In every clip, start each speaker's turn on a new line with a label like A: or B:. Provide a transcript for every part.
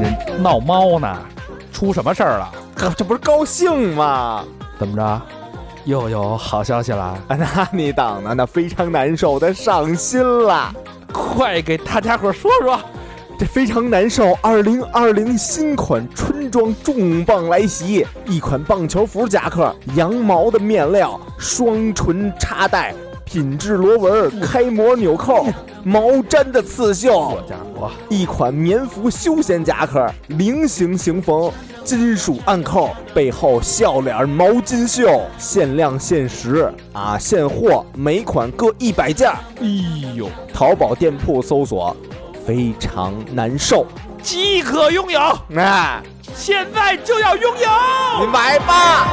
A: 人闹猫呢，出什么事儿了？
B: 可这不是高兴吗？
A: 怎么着？又有好消息啦！
B: 啊，那你党呢？那非常难受的上新啦！
A: 快给大家伙说说，
B: 这非常难受。二零二零新款春装重磅来袭，一款棒球服夹克，羊毛的面料，双唇插带，品质螺纹，开模纽扣，毛毡的刺
A: 好
B: 绣，
A: 家伙，
B: 一款棉服休闲夹克，菱形行缝，金属暗扣，背后笑脸毛巾袖，限量限时啊，现货，每款各一百件儿。
A: 哎呦，
B: 淘宝店铺搜索“非常难受
A: 即可拥有，”，
B: 哎，
A: 现在就要拥有！
B: 你买吧。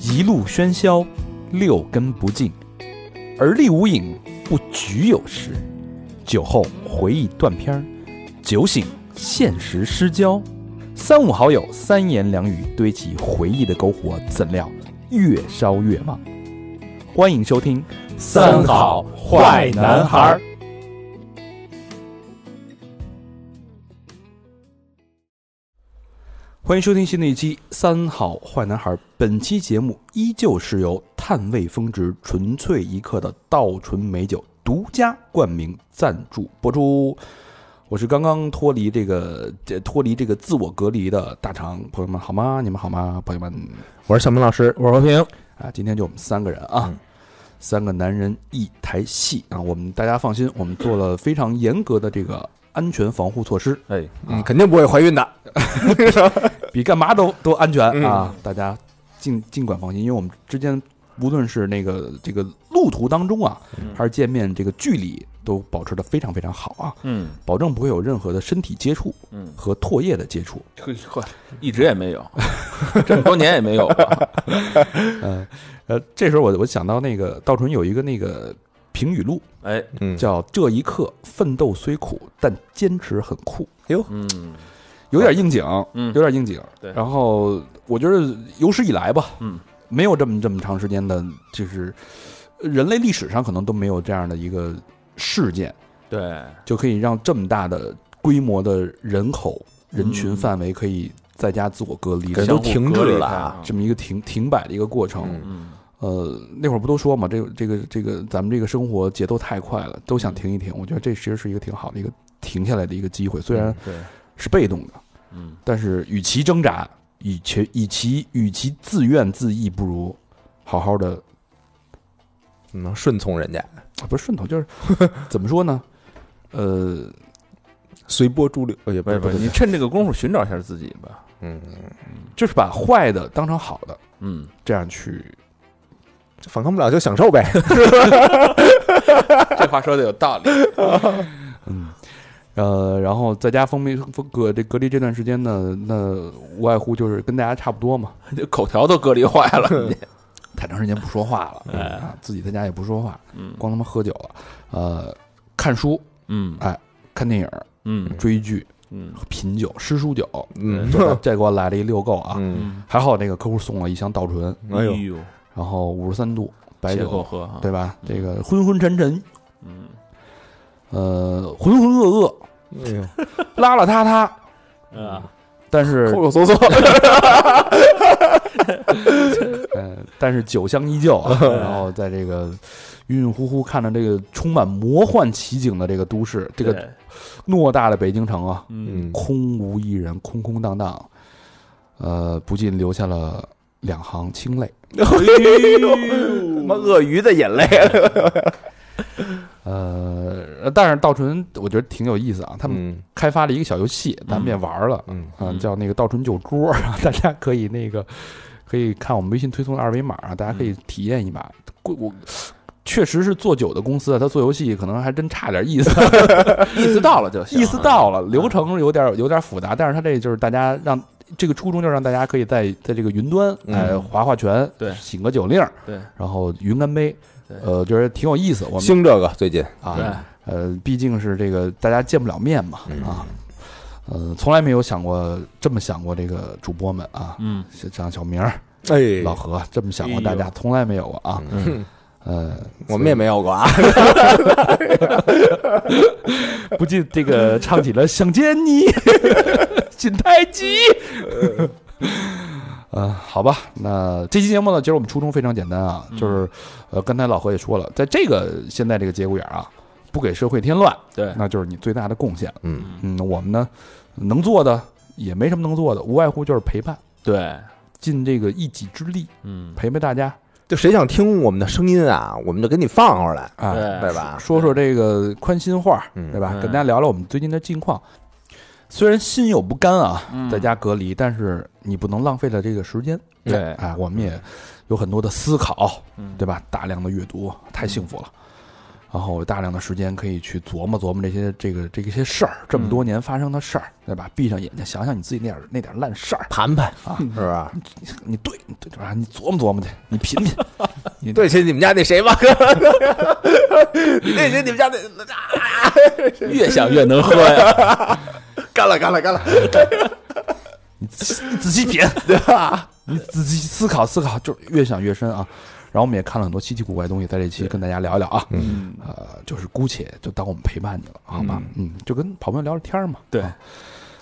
A: 一路喧嚣，六根不净，而立无影，不局有时。酒后回忆断片儿，酒醒现实失焦。三五好友三言两语堆起回忆的篝火，怎料越烧越旺。欢迎收听《
C: 三好坏男孩儿》。
A: 欢迎收听新的一期《三好坏男孩》。本期节目依旧是由探味峰值纯粹一刻的稻醇美酒独家冠名赞助播出。我是刚刚脱离这个这脱离这个自我隔离的大肠，朋友们好吗？你们好吗？朋友们
B: 我是小明老师，我是和平。
A: 啊，今天就我们三个人啊，三个男人一台戏啊。我们大家放心，我们做了非常严格的这个安全防护措施，
C: 哎，
B: 嗯，肯定不会怀孕的。
A: 比干嘛 都都安全
C: 嗯
A: 啊！大家尽尽管放心，因为我们之间无论是那个这个路途当中啊，
C: 嗯
A: 还是见面这个距离，都保持的非常非常好啊，
C: 嗯
A: 保证不会有任何的身体接触
C: 嗯，
A: 和唾液的接触。
C: 呵呵，一直也没有，这么多年也没有了。
A: 呃呃，这时候我我想到那个道纯有一个那个评语录，
C: 哎，
B: 嗯，
A: 叫“这一刻奋斗虽苦，但坚持很酷
C: 嗯”，
A: 有点应景，
C: 嗯
A: 有点应景。
C: 对
A: 然后我觉得有史以来吧，
C: 嗯，
A: 没有这么这么长时间的，就是人类历史上可能都没有这样的一个事件，
C: 对，
A: 就可以让这么大的规模的人口人
C: 嗯
A: 群范围可以在家自我隔离
B: 感
A: 的
B: 觉都停滞了啊
C: 啊。
A: 这么一个停停摆的一个过程。
B: 嗯
C: 嗯，
A: 呃，那会儿不都说嘛，这个这个这个，咱们这个生活节奏太快了，都想
C: 嗯
A: 停一停。我觉得这其实是一个挺好的一个停下来的一个机会，虽然
C: 对，
A: 是被动的，
C: 嗯，
A: 但是与其挣扎，与其与其与其自怨自艾，不如好好的，
B: 怎么能嗯顺从人家，
A: 啊、不是顺头， 就是怎么说呢？呃，
B: 随波逐流？哦也
C: 不是不是，你趁这个功夫寻找一下自己吧。
B: 嗯，
A: 就是把坏的当成好的，
C: 嗯，
A: 这样去
B: 反抗不了就享受呗。
C: 这话说的有道理。
A: 嗯，呃，然后在家封闭封隔这隔离这段时间呢，那无外乎就是跟大家差不多嘛，
C: 这口条都隔离坏了。
A: 太长时间不说话了，
C: 哎
A: 啊，自己在家也不说话，
C: 嗯
A: 光他妈喝酒了，呃，看书、
C: 嗯
A: 看电影、
C: 嗯
A: 追剧、
C: 嗯
A: 品酒、吃书酒，
B: 嗯
A: 这这给我来了一遛够啊！
B: 嗯，
A: 还好那个客户送了一箱稻醇，
C: 哎
B: 哎呦
C: 呦，
A: 然后五十三度白
C: 借口
A: 酒，
C: 喝哈。
A: 对吧？这个昏昏沉沉，
C: 嗯，
A: 呃，浑浑噩
B: 哎呦，
A: 噩，邋邋遢遢，
C: 嗯啊，
A: 但是
B: 抠抠搜搜，
A: 呃，但是酒香依旧 啊。然后在这个晕晕乎乎看着这个充满魔幻奇景的这个都市，这个
C: 对
A: 偌大的北京城啊，
C: 嗯
A: 空无一人，空空荡荡，呃，不禁留下了两行清泪。哎
B: 哎他妈鳄鱼的眼泪。
A: 呃，但是稻醇我觉得挺有意思啊，他们
B: 嗯
A: 开发了一个小游戏，咱们也玩了，
B: 嗯
A: 啊，
C: 嗯
A: 叫那个稻醇酒桌，然 后大家可以那个可以看我们微信推送的二维码啊，大家
B: 嗯
A: 可以体验一把。我我确实是做酒的公司啊，他做游戏可能还真差点意思，
C: 意思到了就行。嗯
A: 意思到了，流程有点有点复杂，但是他这就是大家让。这个初衷就是让大家可以在在这个云端，
B: 嗯
A: 哎，划划拳，
C: 对
A: 醒个酒令，
C: 对，
A: 然后云干杯
C: 对，
A: 呃，觉得挺有意思。我们
B: 兴这个最近
A: 啊
C: 对，嗯
A: 呃，毕竟是这个大家见不了面嘛啊，呃，从来没有想过这么想过这个主播们啊，
C: 嗯
A: 像像小明儿、
B: 哎
A: 老何这么想过，大
C: 哎
A: 家
C: 呦
A: 从来没有过啊，
B: 嗯
A: 呃，
B: 我们也没有过啊，
A: 不禁这个唱起了《想见你》， 锦太极。 呃，好吧，那这期节目呢，其实我们初衷非常简单啊，就是，呃，刚才老何也说了，在这个现在这个节骨眼儿啊，不给社会添乱，
C: 对，
A: 那就是你最大的贡献。
B: 嗯，
A: 嗯，我们呢，能做的也没什么能做的，无外乎就是陪伴，
C: 对，
A: 尽这个一己之力
C: 嗯，
A: 陪陪大家
B: 就谁想听我们的声音啊，我们就给你放回来，
A: 啊，
B: 对
C: 对，
B: 吧？
A: 说说这个宽心话，
B: 嗯
A: 对吧？
C: 嗯
A: 跟大家聊聊我们最近的近况。虽然心有不甘啊，
C: 嗯
A: 在家隔离，但是你不能浪费了这个时间。
C: 对
A: 哎，我们也有很多的思考，
C: 嗯
A: 对吧？大量的阅读，太幸福了。然后有大量的时间可以去琢磨琢磨这些这个这个些事儿，这么多年发生的事儿，对吧？闭上眼睛想想你自己那点儿那点儿烂事儿，
B: 盘盘
A: 啊
B: 是吧？
A: 你对你对吧？你琢磨琢磨去，你品 品。
B: 对，去你们家那谁吧，那 谁你们家那
C: 越想越能喝呀，
B: 干了干了干了，
A: 你仔你仔细 品，你仔细思考思考，就是越想越深啊。然后我们也看了很多稀奇古怪的东西，在这期跟大家聊一聊啊。
C: 嗯，
A: 呃，就是姑且就当我们陪伴你了，好吧？嗯，就跟朋友聊聊天儿嘛。
C: 对
A: 啊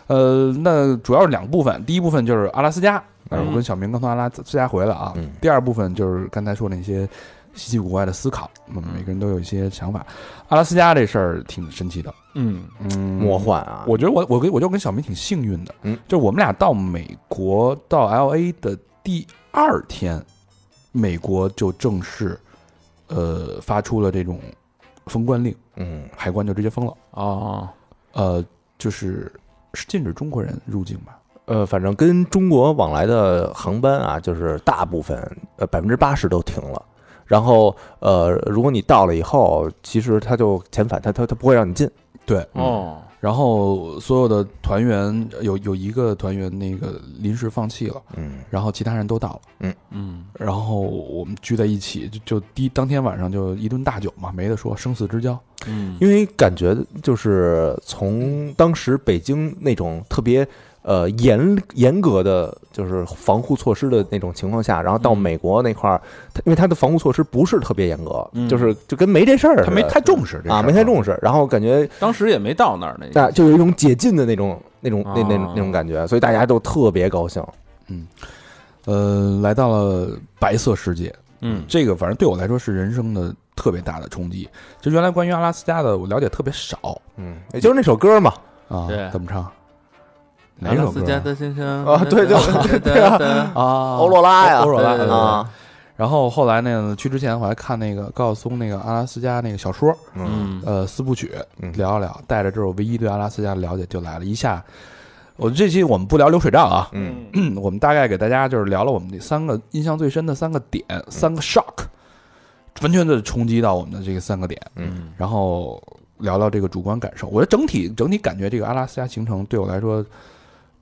A: 呃，那主要是两部分，第一部分就是阿拉斯加，呃，我跟小明刚从阿拉斯加回来啊。第二部分就是刚才说那些稀奇古怪的思考，嗯，每个人都有一些想法。阿拉斯加这事儿挺神奇的，
C: 嗯
A: 嗯，
B: 魔幻啊！
A: 我觉得我我跟我就跟小明挺幸运的，
B: 嗯，
A: 就我们俩到美国到 L A 的第二天，美国就正式呃发出了这种封关令，
B: 嗯
A: 海关就直接封了，
C: 哦，
A: 呃，就是是禁止中国人入境吧？
B: 呃，反正跟中国往来的航班啊，就是大部分呃百分之八十都停了。然后呃，如果你到了以后，其实他就遣返，他他他不会让你进。
A: 对，
C: 哦，
A: 嗯然后所有的团员有有一个团员那个临时放弃了，
B: 嗯
A: 然后其他人都到了。
C: 嗯，
A: 然后我们聚在一起，就就第当天晚上就一顿大酒嘛，没得说，生死之交。
C: 嗯，
B: 因为感觉就是从当时北京那种特别呃严严格的就是防护措施的那种情况下，然后到
C: 嗯
B: 美国那块儿，它因为它的防护措施不是特别严格，
C: 嗯
B: 就是就跟没这事儿似的，
A: 他没太重视这
B: 啊，
A: 事儿
B: 没太重视，然后感觉
C: 当时也没到那儿那，
B: 那就有一种解禁的那种那种那那
C: 哦
B: 那种感觉，所以大家都特别高兴。
A: 呃，来到了白色世界，
C: 嗯
A: 这个反正对我来说是人生的特别大的冲击。就原来关于阿拉斯加的，我了解特别少
B: 嗯，也就是那首歌嘛，
A: 啊
C: 对。
A: 怎么唱？哪
C: 阿拉
A: 首
C: 斯
A: 歌
C: 加的先生
B: 啊对对
C: 对对，
A: 啊？
B: 欧若拉呀，
A: 欧欧若拉
C: 对对对
B: 啊，
A: 然后后来呢，去之前我还看那个高晓松那个阿拉斯加那个小说，
C: 嗯
A: 呃，四部曲
B: 嗯
A: 聊一聊，带着这是我唯一对阿拉斯加的了解就来了一下。我这期我们不聊流水账啊，
B: 嗯，
A: 嗯我们大概给大家就是聊了我们这三个印象最深的三个点，
B: 嗯
A: 三个 shock，完全的冲击到我们的这个三个点。
C: 嗯
A: 然后聊聊这个主观感受。我觉得整体整体感觉这个阿拉斯加行程对我来说，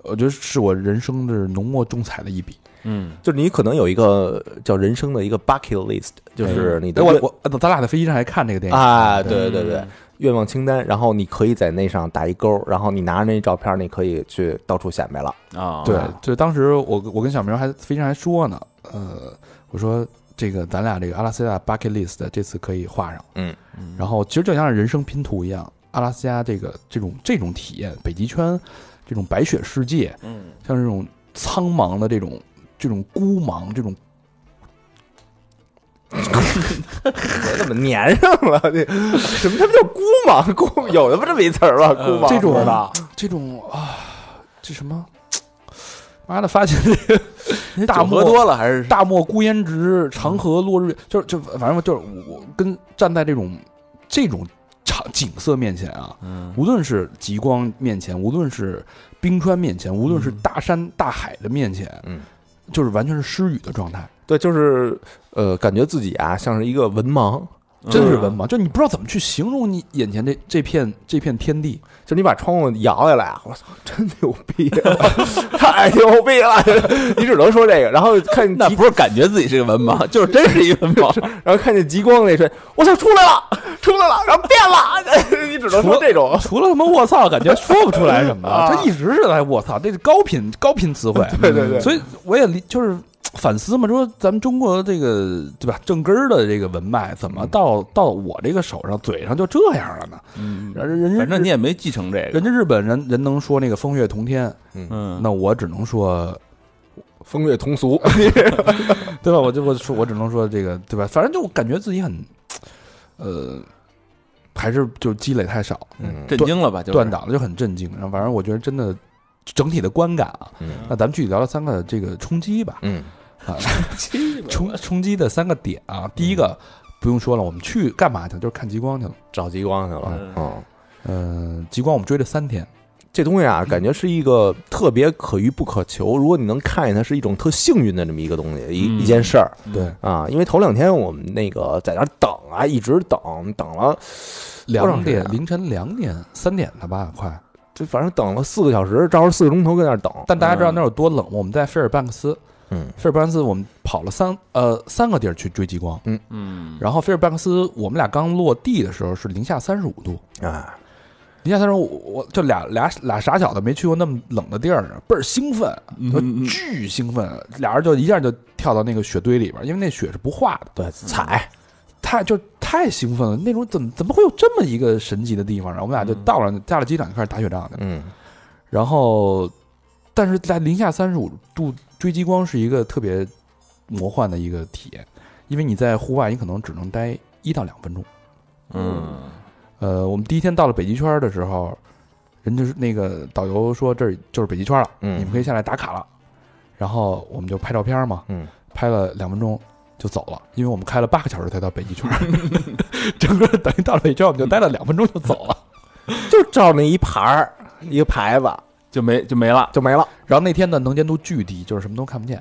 A: 我觉得是我人生的浓墨重彩的一笔。
C: 嗯
B: 就是你可能有一个叫人生的一个 bucket list，就是
C: 哎
B: 你的
A: 哎我
B: 愿
A: 我咱俩在飞机上还看这个电影
B: 啊，对对对，，愿望清单，然后你可以在那上打一勾，然后你拿着那照片，你可以去到处显摆了。
C: 啊，
A: 对，就当时我我跟小明还飞机上还说呢，呃，我说这个咱俩这个阿拉斯加 bucket list 这次可以画上，
B: 嗯
C: 嗯
A: 然后其实就像是人生拼图一样，阿拉斯加这个这种这种体验，北极圈这种白雪世界，
C: 嗯
A: 像这种苍茫的这种这种孤茫这种
B: 我怎么粘上了？这什么他妈叫孤盲？孤有那么这么一词儿吧？孤
C: 嗯
B: 盲
A: 这种
B: 不知道
A: 这种啊，这什么？妈的，发现这个大
C: 酒喝
A: 漠
C: 多了还是
A: 大漠孤烟直，长河落日，就是就反正就是我我跟站在这种这种场景色面前啊，
C: 嗯
A: 无论是极光面前，无论是冰川面前，无论是
C: 嗯
A: 大山大海的面前，
B: 嗯，
A: 就是完全是失语的状态。
B: 对，就是呃，感觉自己啊像是一个文盲，
A: 真是文盲，就你不知道怎么去形容你眼前这这片这片天地。
B: 就你把窗户摇下来啊，我操，真牛逼，啊太牛逼了！你只能说这个，然后看极，
C: 那不是感觉自己是个文盲，就是真是一文盲。
B: 然后看见极光那瞬，我操，出来了，出来了，然后变了， 你只能说这种。
A: 啊除了什么我操，感觉说不出来什么
B: 啊
A: 他一直是在我操，这是高频高频词汇。
B: 对对对，
A: 嗯所以我也理就是反思嘛，说咱们中国这个对吧，正根儿的这个文脉，怎么到到我这个手上嘴上就这样了呢？
C: 嗯，
A: 人人家
C: 反正你也没继承这
A: 人
C: 个。
A: 家日本人人能说那个风月同天，
C: 嗯，
A: 那我只能说
B: 风月通俗，
A: 对吧？我就我说我只能说这个对吧？反正就我感觉自己很，呃，还是就积累太少，
B: 嗯
C: 震惊了吧？就是
A: 断，档了就很震惊。然后反正我觉得真的整体的观感啊，
B: 嗯
A: 那咱们具体聊聊三个这个冲击吧，
B: 嗯
A: 啊，冲冲击的三个点啊，
B: 嗯
A: 第一个不用说了，我们去干嘛去了？就是看极光去了。
B: 找极光去了
C: 嗯，
B: 嗯。
A: 嗯，极光我们追了三天，
B: 这东西啊，感觉是一个特别可遇不可求。如果你能看见它，是一种特幸运的这么一个东西，一、
C: 嗯
B: 一件事儿
A: 对，
B: 啊。因为头两天我们那个在那儿等啊，一直等，等了多
A: 两
B: 长时间
A: 点
B: 啊
A: 凌晨两点三点了吧，快。
B: 就反正等了四个小时，照着四个钟头搁那儿等。
A: 但大家知道那有多冷，我们在费尔班克斯，
B: 嗯
A: 费尔班克斯我们跑了三呃三个地儿去追极光，
C: 嗯，
A: 然后费尔班克斯我们俩刚落地的时候是零下三十五度，
B: 啊，
A: 零下三十五，我就俩俩俩傻小子没去过那么冷的地儿，倍儿兴奋，
C: 嗯嗯
A: 巨兴奋，俩人就一下就跳到那个雪堆里边，因为那雪是不化的，
B: 对，踩
A: 太就太兴奋了，那种怎么怎么会有这么一个神奇的地方？然后我们俩就到了，下了机场就开始打雪仗去了。
B: 嗯
A: 嗯然后，但是在零下三十五度追极光是一个特别魔幻的一个体验，因为你在户外，你可能只能待一到两分钟。
C: 嗯，
A: 呃，我们第一天到了北极圈的时候，人就是那个导游说这儿就是北极圈了，
B: 嗯
A: 你们可以下来打卡了。然后我们就拍照片嘛，
B: 嗯，
A: 拍了两分钟就走了，因为我们开了八个小时才到北极圈， 整个等于到了北极圈我们就待了两分钟就走 了。
B: 就照那一盘儿一个牌子
C: 就没就没了。
B: 就没了。
A: 然后那天的能见度巨低，就是什么都看不见，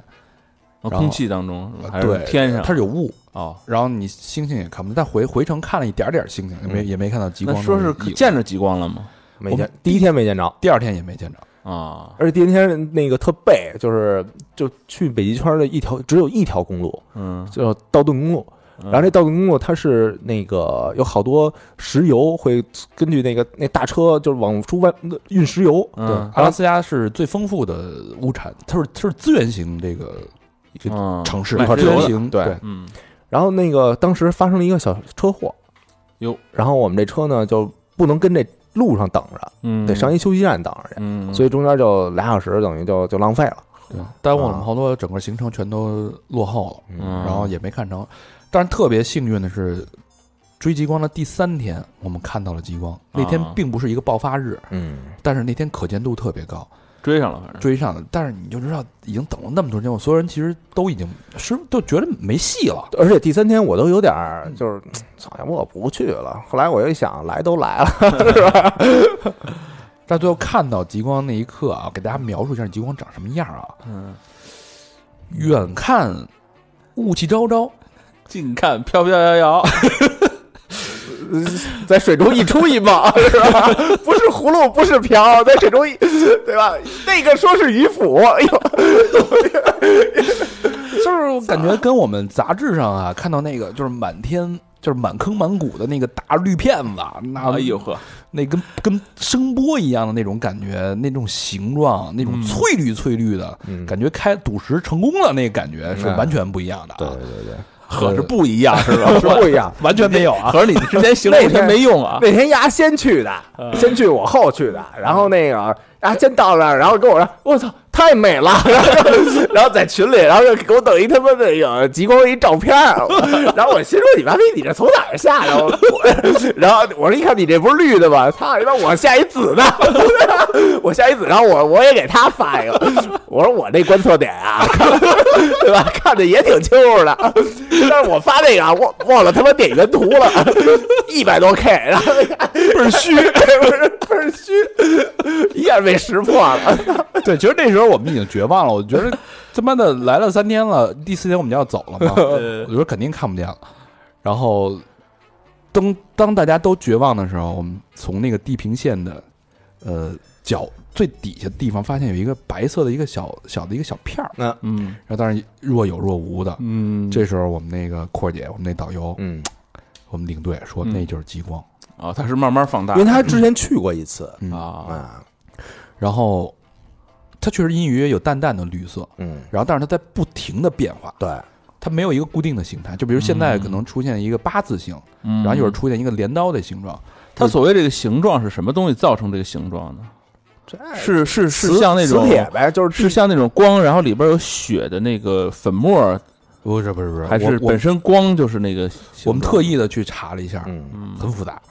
A: 然后
C: 空气当中
A: 呃
C: 还是
A: 对
C: 天上？
A: 它是有雾，
C: 哦，
A: 然后你星星也看不见。但回回程看了一点点星星，也没
B: 嗯
A: 也没看到极
C: 那
A: 光。
C: 说是
A: 影
C: 见着极光了吗？
B: 没
A: 我
B: 见
A: 们，
B: 第一天没见着，
A: 第二天也没见着，
C: 啊，
B: 而且第一天那个特背，就是就去北极圈的一条只有一条公路，
C: 嗯，
B: 叫道顿公路。
C: 然
B: 然后这道顿公路它是那个有好多石油会根据那个那大车就是往出外运石油，
A: 对
C: 嗯，
A: 阿拉斯加是最丰富的物产，它是它是资源型这个
B: 这
C: 嗯
A: 城市，
C: 买
A: 资
C: 石油
A: 源
C: 的
A: 型
B: 对
A: 对，
C: 嗯，
B: 然后那个当时发生了一个小车祸，
C: 哟，
B: 然后我们这车呢就不能跟这路上等着，
C: 嗯，
B: 得上一休息站等着去，
C: 嗯，
B: 所以中间就俩小时，等于就就浪费了。
A: 对，耽误我们
B: 啊
A: 好多整个行程全都落后了，
C: 嗯
A: 然后也没看成。但是特别幸运的是，追极光的第三天，我们看到了极光。那天
C: 啊
A: 并不是一个爆发日，
B: 嗯，
A: 但是那天可见度特别高，
C: 追上了，反正
A: 追上了。但是你就知道，已经等了那么多天，我所有人其实都已经是都觉得没戏了。
B: 而且第三天我都有点儿就是，操，要不我不去了。后来我又一想，来都来了，
A: 但最后看到极光那一刻啊，给大家描述一下极光长什么样啊？
C: 嗯，
A: 远看雾气昭 昭，
C: 近看飘飘摇摇，
B: 在水中一出一没， 是吧？不是葫芦，不是瓢，在水中一， 对吧？那个说是鱼腐，哎呦，
A: 就是我感
C: 啊
A: 觉跟我们杂志上啊看到那个就是满天就是满坑满谷的那个大绿片子 啊，那
C: 哎呦呵，
A: 那跟跟声波一样的那种感觉，那种形状，那种
C: 嗯
A: 翠绿翠绿的、
B: 嗯
A: 感觉，开赌石成功了那个感觉是
C: 哎
B: 嗯
A: 完全不一样的、啊，
B: 对对，
C: 可是不一样是吧？
B: 是不一样。
A: 完全没有啊。
C: 呃 合着你之前形容
B: 那天
C: 它没 用啊？
B: 那天丫先去的，先去我后去的，然后那个丫先到那儿，然后跟我说：“我操，太美了！” 然后然后在群里，然后就给我等一他妈那个极光一照片儿， 然后我心说：“你妈逼，你这从哪儿下的？”我 我然后我说：“一看你这不是绿的吗？操你妈，我下一紫的， 我下一紫，然后我我也给他发一个，我说我那观测点啊，对吧？看着也挺清楚的，但是我发那个啊，忘忘了他妈点原图了，一百多 K，然后倍儿 虚，倍儿倍儿虚，一下被识破了。
A: 对，其实那时候我们已经绝望了，我觉 得他妈的来了三天了，第四天我们就要走了嘛，我觉得肯定看不见了。然后当当大家都绝望的时候，我们从那个地平线的呃脚最底下的地方，发现有一个白色的一个小小的一个小片儿，
C: 嗯
A: 然后当然若有若无的。
C: 嗯
A: 这时候我们那个阔儿姐，我们那导游，
B: 嗯，
A: 我们领队说
C: 嗯
A: 那就是极光。
C: 哦，它是慢慢放大
B: 因为他之前去过一次
A: 嗯
C: 啊，
B: 啊，
A: 然后它确实隐隐约约有淡淡的绿色，
B: 嗯，
A: 然后但是它在不停的变化，
B: 对，
A: 它没有一个固定的形态。就比如现在
C: 嗯
A: 可能出现一个八字形，
C: 然
A: 嗯然后一会儿出现一个镰刀的形状。
C: 嗯它所谓这个形状是什么东西造成这个形状呢？
B: 这
A: 哎
C: 是是是
B: 磁
C: 像那种
B: 磁铁呗，就是
C: 是像那种光，然后里边有血的那个粉末，
A: 不是不是不是，
C: 还是
A: 我
C: 本身光就是那个形状？
A: 我们特意的去查了一下，
B: 嗯，
C: 嗯
A: 很复杂，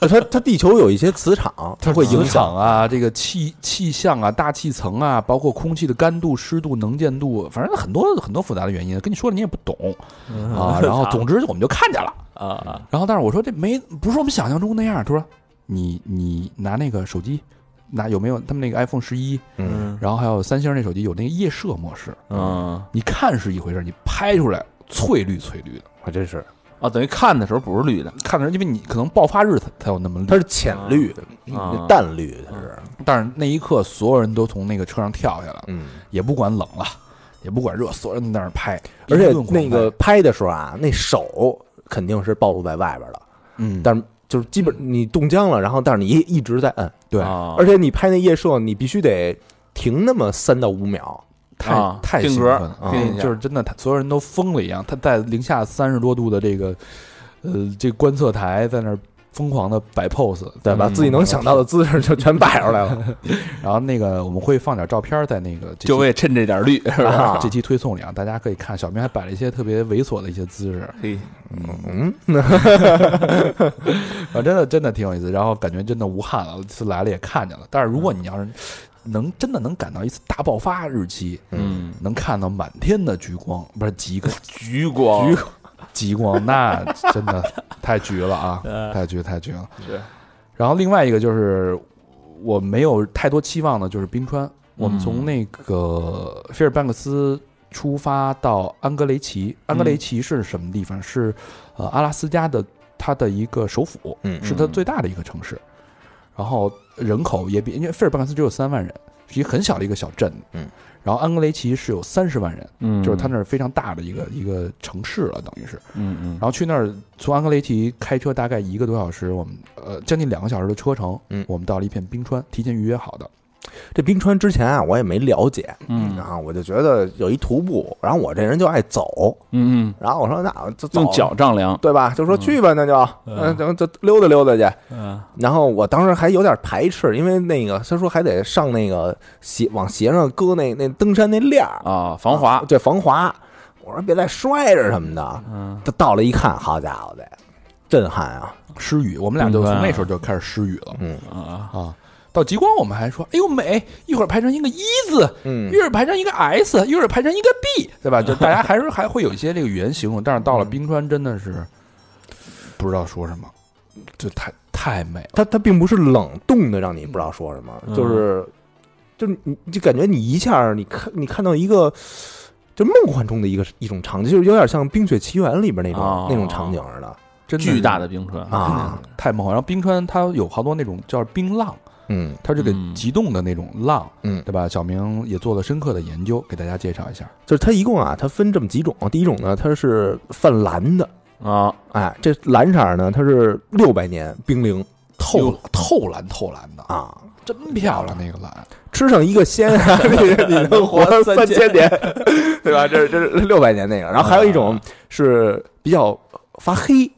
B: 它它地球有一些磁场，它会
A: 磁
B: 影响
A: 场啊，这个气气象啊，大气层啊，包括空气的干度、湿度、能见度，反正很多很多复杂的原因，跟你说了你也不懂啊。然后总之我们就看见了，
C: 啊啊
A: 然后但是我说这没不是我们想象中那样，他说你你拿那个手机。拿有没有他们那个 iPhone 十一，
B: 嗯，
A: 然后还有三星那手机有那个夜射模式，
C: 嗯
A: 你看是一回事，你拍出来翠绿翠绿的，
B: 还真是，
C: 啊，等于看的时候不是绿的
A: 看的人因为你可能爆发日才才有那么绿
B: 它，是浅绿，
A: 嗯
C: 啊，
B: 淡绿，它是，
A: 但是那一刻所有人都从那个车上跳下来了，
B: 嗯，
A: 也不管冷了，也不管热，所有人在那儿拍，
B: 而且
A: 一顿狂拍
B: 那个拍的时候啊，那手肯定是暴露在外边的，
A: 嗯，
B: 但是就是基本你冻僵了，然后但是你一一直在摁，
A: 对，
C: 嗯啊
B: 而且你拍那夜射，你必须得停那么三到五秒，
A: 太、
C: 啊
A: 太
C: 定
A: 兴
C: 格
A: 奋了，
B: 嗯
A: 嗯就是真的，他所有人都疯了一样，他在零下三十多度的这个呃这观测台在那儿疯狂的摆 pose，
B: 对吧？
C: 嗯
B: 自己能想到的姿势就全摆出来 了，
A: 然后那个我们会放点照片在那个这期
C: 就为趁这点绿，是吧？
B: 啊
A: 这期推送里啊，大家可以看，小明还摆了一些特别猥琐的一些姿势，
C: 嘿
B: 嗯，
A: 啊，真的真的挺有意思。然后感觉真的无憾了，是来了也看见了。但是如果你要是能真的能赶到一次大爆发日期，
C: 嗯，
A: 能看到满天的橘光，不是极光，
C: 橘光
A: 橘极光，那真的太橘了啊，太橘太橘了。
C: 是
A: 然后另外一个就是我没有太多期望的，就是冰川。我们从那个菲尔班克斯出发到安格雷奇，安格雷奇是什么地方？是呃阿拉斯加的它的一个首府，
B: 嗯
A: 是它最大的一个城市。然后人口也比因为菲尔班克斯只有三万人，是一个很小的一个小镇。
B: 嗯，
A: 然后安格雷奇是有三十万人，
C: 嗯
A: 就是它那儿非常大的一个一个城市了，等于是。
C: 嗯嗯
A: 然后去那儿，从安格雷奇开车大概一个多小时，我们呃将近两个小时的车程，
B: 嗯
A: 我们到了一片冰川，提前预约好的，
B: 这冰川之前啊，我也没了解，
C: 嗯
B: 然后我就觉得有一徒步，然后我这人就爱走，
C: 嗯嗯，
B: 然后我说那我就走
C: 用脚丈量，
B: 对吧？就说去吧，那就嗯，咱们就溜达溜达去。
C: 嗯
B: 然后我当时还有点排斥，因为那个他说还得上那个鞋往鞋上搁那那登山那链儿，
C: 啊，防滑，
B: 对防滑。我说别再摔着什么的。
C: 嗯，
B: 他到了一看，好家伙的，震撼啊！
A: 失语，我们俩就从
C: 冰川啊
A: 那时候就开始失语了
B: 嗯
C: 啊，
A: 啊。到极光，我们还说，哎呦美，一会儿排成一个一字，
B: 嗯
A: 一会儿排成一个 S，一会儿排成一个 B，对吧？就大家还是还会有一些这个语言形容，但是到了冰川，真的是不知道说什么，就太太美了。
B: 它它并不是冷冻的，让你不知道说什么，
C: 嗯
B: 就是就是你你就感觉你一下儿你看你看到一个就梦幻中的一个一种场景，就是有点像《冰雪奇缘》里边那种、
C: 哦嗯
B: 那种场景似的
A: 真的是
C: 巨大的冰川
B: 啊，
A: 太梦幻。然后冰川它有好多那种叫冰浪，
B: 嗯
A: 它这个
C: 嗯
A: 急冻的那种浪，
B: 嗯，
A: 对吧？小明也做了深刻的研究，给大家介绍一下。
B: 就是它一共啊，它分这么几种，第一种呢它是泛蓝的，
C: 啊，
B: 哎，这蓝色儿呢它是六百年冰凌
A: 透
B: 哟
A: 透蓝透蓝的，
B: 啊，
A: 真漂亮那个蓝。
B: 吃上一个鲜啊， 你你能活三千年， 啊对吧？这是这是六百年那个，然后还有一种是比较发黑。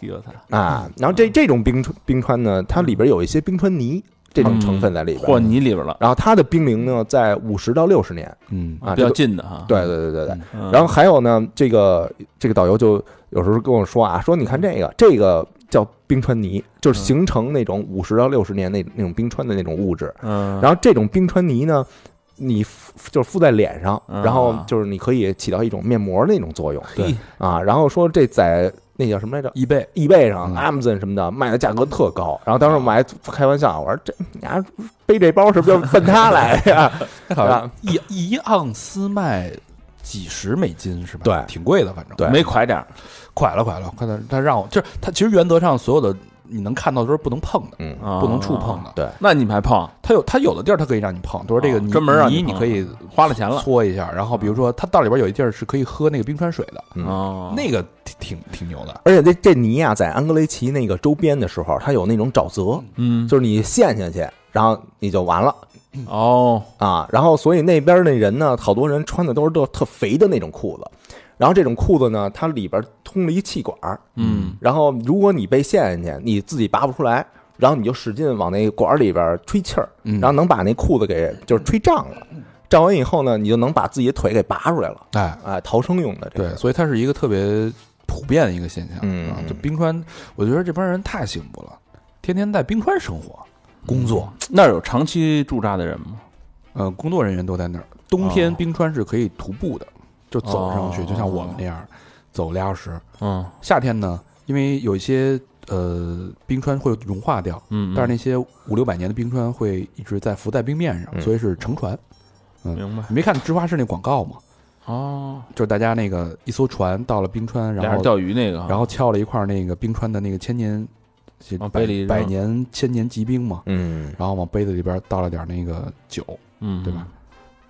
C: 嘿我操，
B: 啊，然后这这种冰川冰川呢，它里边有一些冰川泥这种成分在里边，
C: 和泥里边了，
B: 然后它的冰龄呢在五十到六十年
A: 嗯
B: 啊，
C: 比
B: 这
C: 较
B: 个
C: 近的哈，
B: 对对对对对。
C: 嗯，
B: 然后还有呢，这个这个导游就有时候跟我说啊，说
C: 嗯
B: 你看这个这个叫冰川泥，就是形成那种五十到六十年那那种冰川的那种物质，
C: 嗯，
B: 然后这种冰川泥呢。你敷就是敷在脸上，
C: 啊
B: 然后就是你可以起到一种面膜那种作用，
C: 嘿
B: 啊，然后说这在那叫什么来着？
A: 易贝
B: 易贝上、
A: 嗯
B: Amazon 什么的卖的价格特高，然后当时我
C: 嗯
B: 们还开玩笑，我说这你丫背这包是不是就奔他来呀？
A: 那好像
B: 啊
A: 一一盎司卖几十美金是吧？
B: 对
A: 挺贵的，反正
B: 对
C: 没快点儿，
A: 快了快了，快点！他让我就是他其实原则上所有的你能看到的都是不能碰的，
B: 嗯
C: 啊
A: 不能触碰的。
B: 对
C: 那你们还碰，
A: 他有他有的地儿他可以让你碰，比如说这个
C: 啊
A: 泥
C: 专门让
A: 泥
C: 你
A: 你
C: 碰
A: 可以
C: 花了钱了。
A: 搓一下，然后比如说他到里边有一地儿是可以喝那个冰川水的，
B: 嗯
C: 哦，
A: 那个挺挺挺牛的。
B: 而且这这泥啊，在安格雷奇那个周边的时候，它有那种沼泽，
C: 嗯
B: 就是你陷下去，然后你就完了
C: 哦，
B: 啊。然后所以那边那人呢，好多人穿的都是特特肥的那种裤子，然后这种裤子呢，它里边通了一气管儿，
C: 嗯
B: 然后如果你被陷下去，你自己拔不出来，然后你就使劲往那管儿里边吹气儿，
A: 嗯
B: 然后能把那裤子给就是吹胀了，胀完以后呢，你就能把自己的腿给拔出来了，
A: 哎，
B: 哎，逃生用的这个
A: 对，，所以它是一个特别普遍的一个现象。
B: 嗯
A: 啊，就冰川，我觉得这帮人太幸福了，天天在冰川生活、
C: 嗯
A: 工作，
C: 那儿有长期驻扎的人吗？
A: 呃，工作人员都在那儿。冬天冰川是可以徒步的，就走上去，
C: 哦
A: 就像我们那样，走俩小时。
C: 嗯
A: 夏天呢，因为有一些呃冰川会融化掉，
C: 嗯，
A: 但是那些五六百年的冰川会一直在浮在冰面上，
B: 嗯
A: 所以是乘船。
C: 那明白
A: 你没看芝华士那广告吗？
C: 哦，
A: 就是大家那个一艘船到了冰川，
C: 俩
A: 然
C: 人
A: 后
C: 钓鱼那个，
A: 然后敲了一块儿那个冰川的那个千年，这
C: 往
A: 百
C: 杯里扔
A: 百年千年疾冰嘛，
B: 嗯，
A: 然后往杯子里边倒了点那个酒，
C: 嗯，
A: 对吧？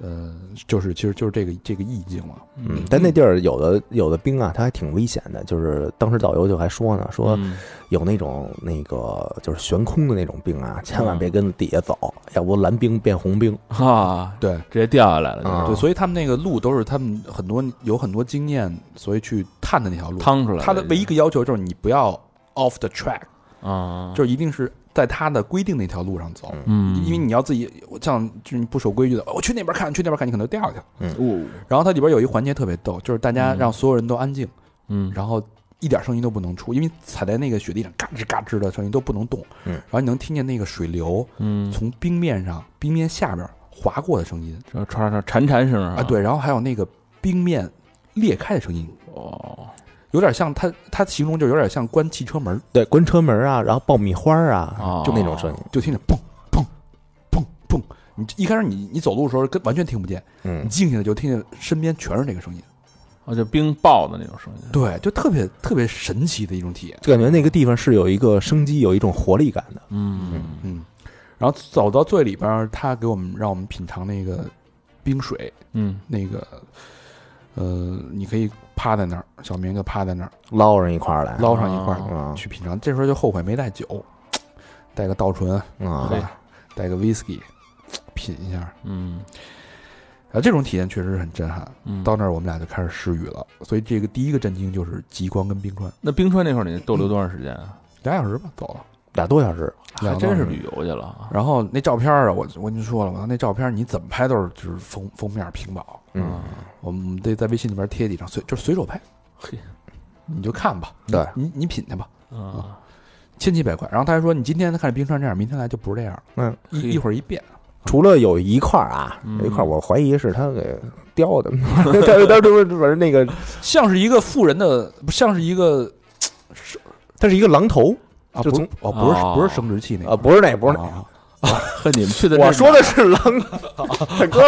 A: 呃，就是其实就是这个这个意境嘛。
B: 嗯，但那地儿有的有的冰啊，它还挺危险的。就是当时导游就还说呢，说
C: 嗯
B: 有那种那个就是悬空的那种冰啊，千万别跟底下走，要不蓝冰变红冰。
C: 啊，
A: 对
C: 直接掉下来了，
B: 啊
A: 对，所以他们那个路都是他们很多有很多经验，所以去探的那条路。
C: 趟出来了。
A: 他的唯一一个要求就是你不要 off the track，
C: 啊，
A: 就是一定是在他的规定那条路上走。
C: 嗯，
A: 因为你要自己像就是你不守规矩的，哦我去那边看，去那边看，你可能掉下去了。
C: 哦，
A: 然后它里边有一环节特别逗，就是大家
C: 嗯
A: 让所有人都安静，
C: 嗯，
A: 然后一点声音都不能出，因为踩在那个雪地上嘎吱嘎吱的声音都不能动。
B: 嗯
A: 然后你能听见那个水流
C: 嗯，
A: 从冰面上、冰面下边划过的声音
C: 这唰唰潺潺声
A: 啊，，对，然后还有那个冰面裂开的声音，
C: 哦，
A: 有点像他他形容就有点像关汽车门，
B: 对，关车门啊，然后爆米花啊
C: 哦，
B: 就那种声音。
A: 就听见砰砰砰砰。你一开始你你走路的时候跟完全听不见，你
B: 嗯，
A: 静下来就听见身边全是那个声音，
C: 哦，就冰爆的那种声音，
A: 对，就特别特别神奇的一种体验。
B: 就感觉那个地方是有一个生机，有一种活力感的。
C: 嗯，
A: 嗯，然后走到最里边儿，他给我们让我们品尝那个冰水，
C: 嗯
A: 那个呃，你可以趴在那儿，小明就趴在那儿
B: 捞上一块儿来，
A: 捞上一块
C: 哦
A: 儿
B: 啊
A: 去品尝。这时候就后悔没带酒，带个稻醇，
B: 啊
A: 对，吧？带个 whisky，品一下。
C: 嗯
A: 啊，这种体验确实很震撼。
C: 嗯，
A: 到那儿我们俩就开始失语了，所以这个第一个震惊就是极光跟冰川，
C: 那冰川那会儿你逗留多长时间啊？
A: 俩小时吧，走了。
B: 俩多小时。
A: 嗯
C: 还真是旅游去了啊，
A: 然后那照片儿啊，我我跟你说了，我那照片儿你怎么拍都是就是封封面屏保，
B: 嗯，
C: 啊
A: 我们得在微信里边贴几张，随就是随手拍，
C: 嘿，
A: 你就看吧，
B: 对，
A: 你你品去吧，
C: 啊，
A: 千奇百怪。然后他还说，你今天看这冰川这样，明天来就不是这样了，
B: 嗯，
A: 一
C: 嘿
A: 一会儿一变。
B: 除了有一块儿啊，
C: 嗯
B: 有一块儿我怀疑是他给雕的， 他他就是反正那个，
A: 像是一个富人的，不像是一个
B: 它是一个狼头
A: 啊，
B: 就
A: 不
B: 从
A: 是哦，不是
C: 哦
A: 不是生殖器那
B: 啊，
A: 个，
B: 不是那，不是那。
A: 啊
C: 和你们去的，
B: 我说的是 狼，大哥，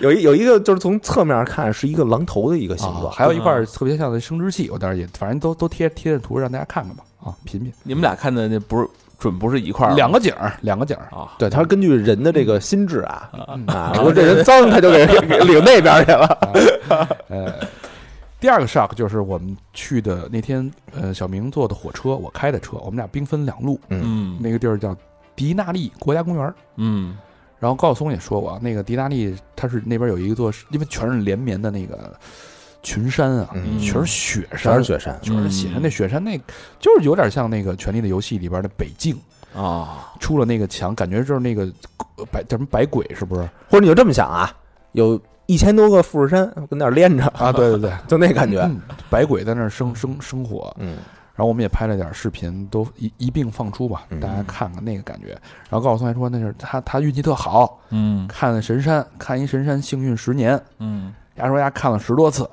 B: 有一有一个就是从侧面看是一个狼头的一个形
A: 啊
B: 状，
A: 还有一块儿特别像的生殖器，我当时也反正都都贴贴的图让大家看看吧，啊，品品，
C: 你们俩看的那不是准不是一块儿吗，
A: 两个景儿，两个景儿，
C: 啊，
B: 对，它是根据人的这个心智啊
A: 嗯
B: 啊，如果这人脏，他就给给给领那边去了。
A: 呃，第二个 shock 就是我们去的那天，呃，小明坐的火车，我开的车，我们俩兵分两路。
C: 嗯
A: 那个地儿叫迪纳利国家公园儿，
C: 嗯
A: 然后高晓松也说过啊，那个迪纳利它是那边有一座，因为全是连绵的那个群山啊，
B: 嗯
A: 全是雪山，
B: 全是雪山，
A: 全
C: 嗯
A: 是雪山。那雪山那就是有点像那个《权力的游戏》里边的北境，
C: 啊，
A: 出了那个墙，感觉就是那个呃百叫什么百鬼是不是
B: 或者你就这么想啊，有一千多个富士山跟那儿连着，
A: 啊？对对对，
B: 就那感觉。
A: 嗯百鬼在那儿生生生火，
B: 嗯
A: 然后我们也拍了点视频，都一一并放出吧，
B: 嗯
A: 大家看看那个感觉。然后高晓松还说，那是他他运气特好，
C: 嗯
A: 看神山，看一神山幸运十年，
C: 嗯，
A: 丫说丫看了十多次，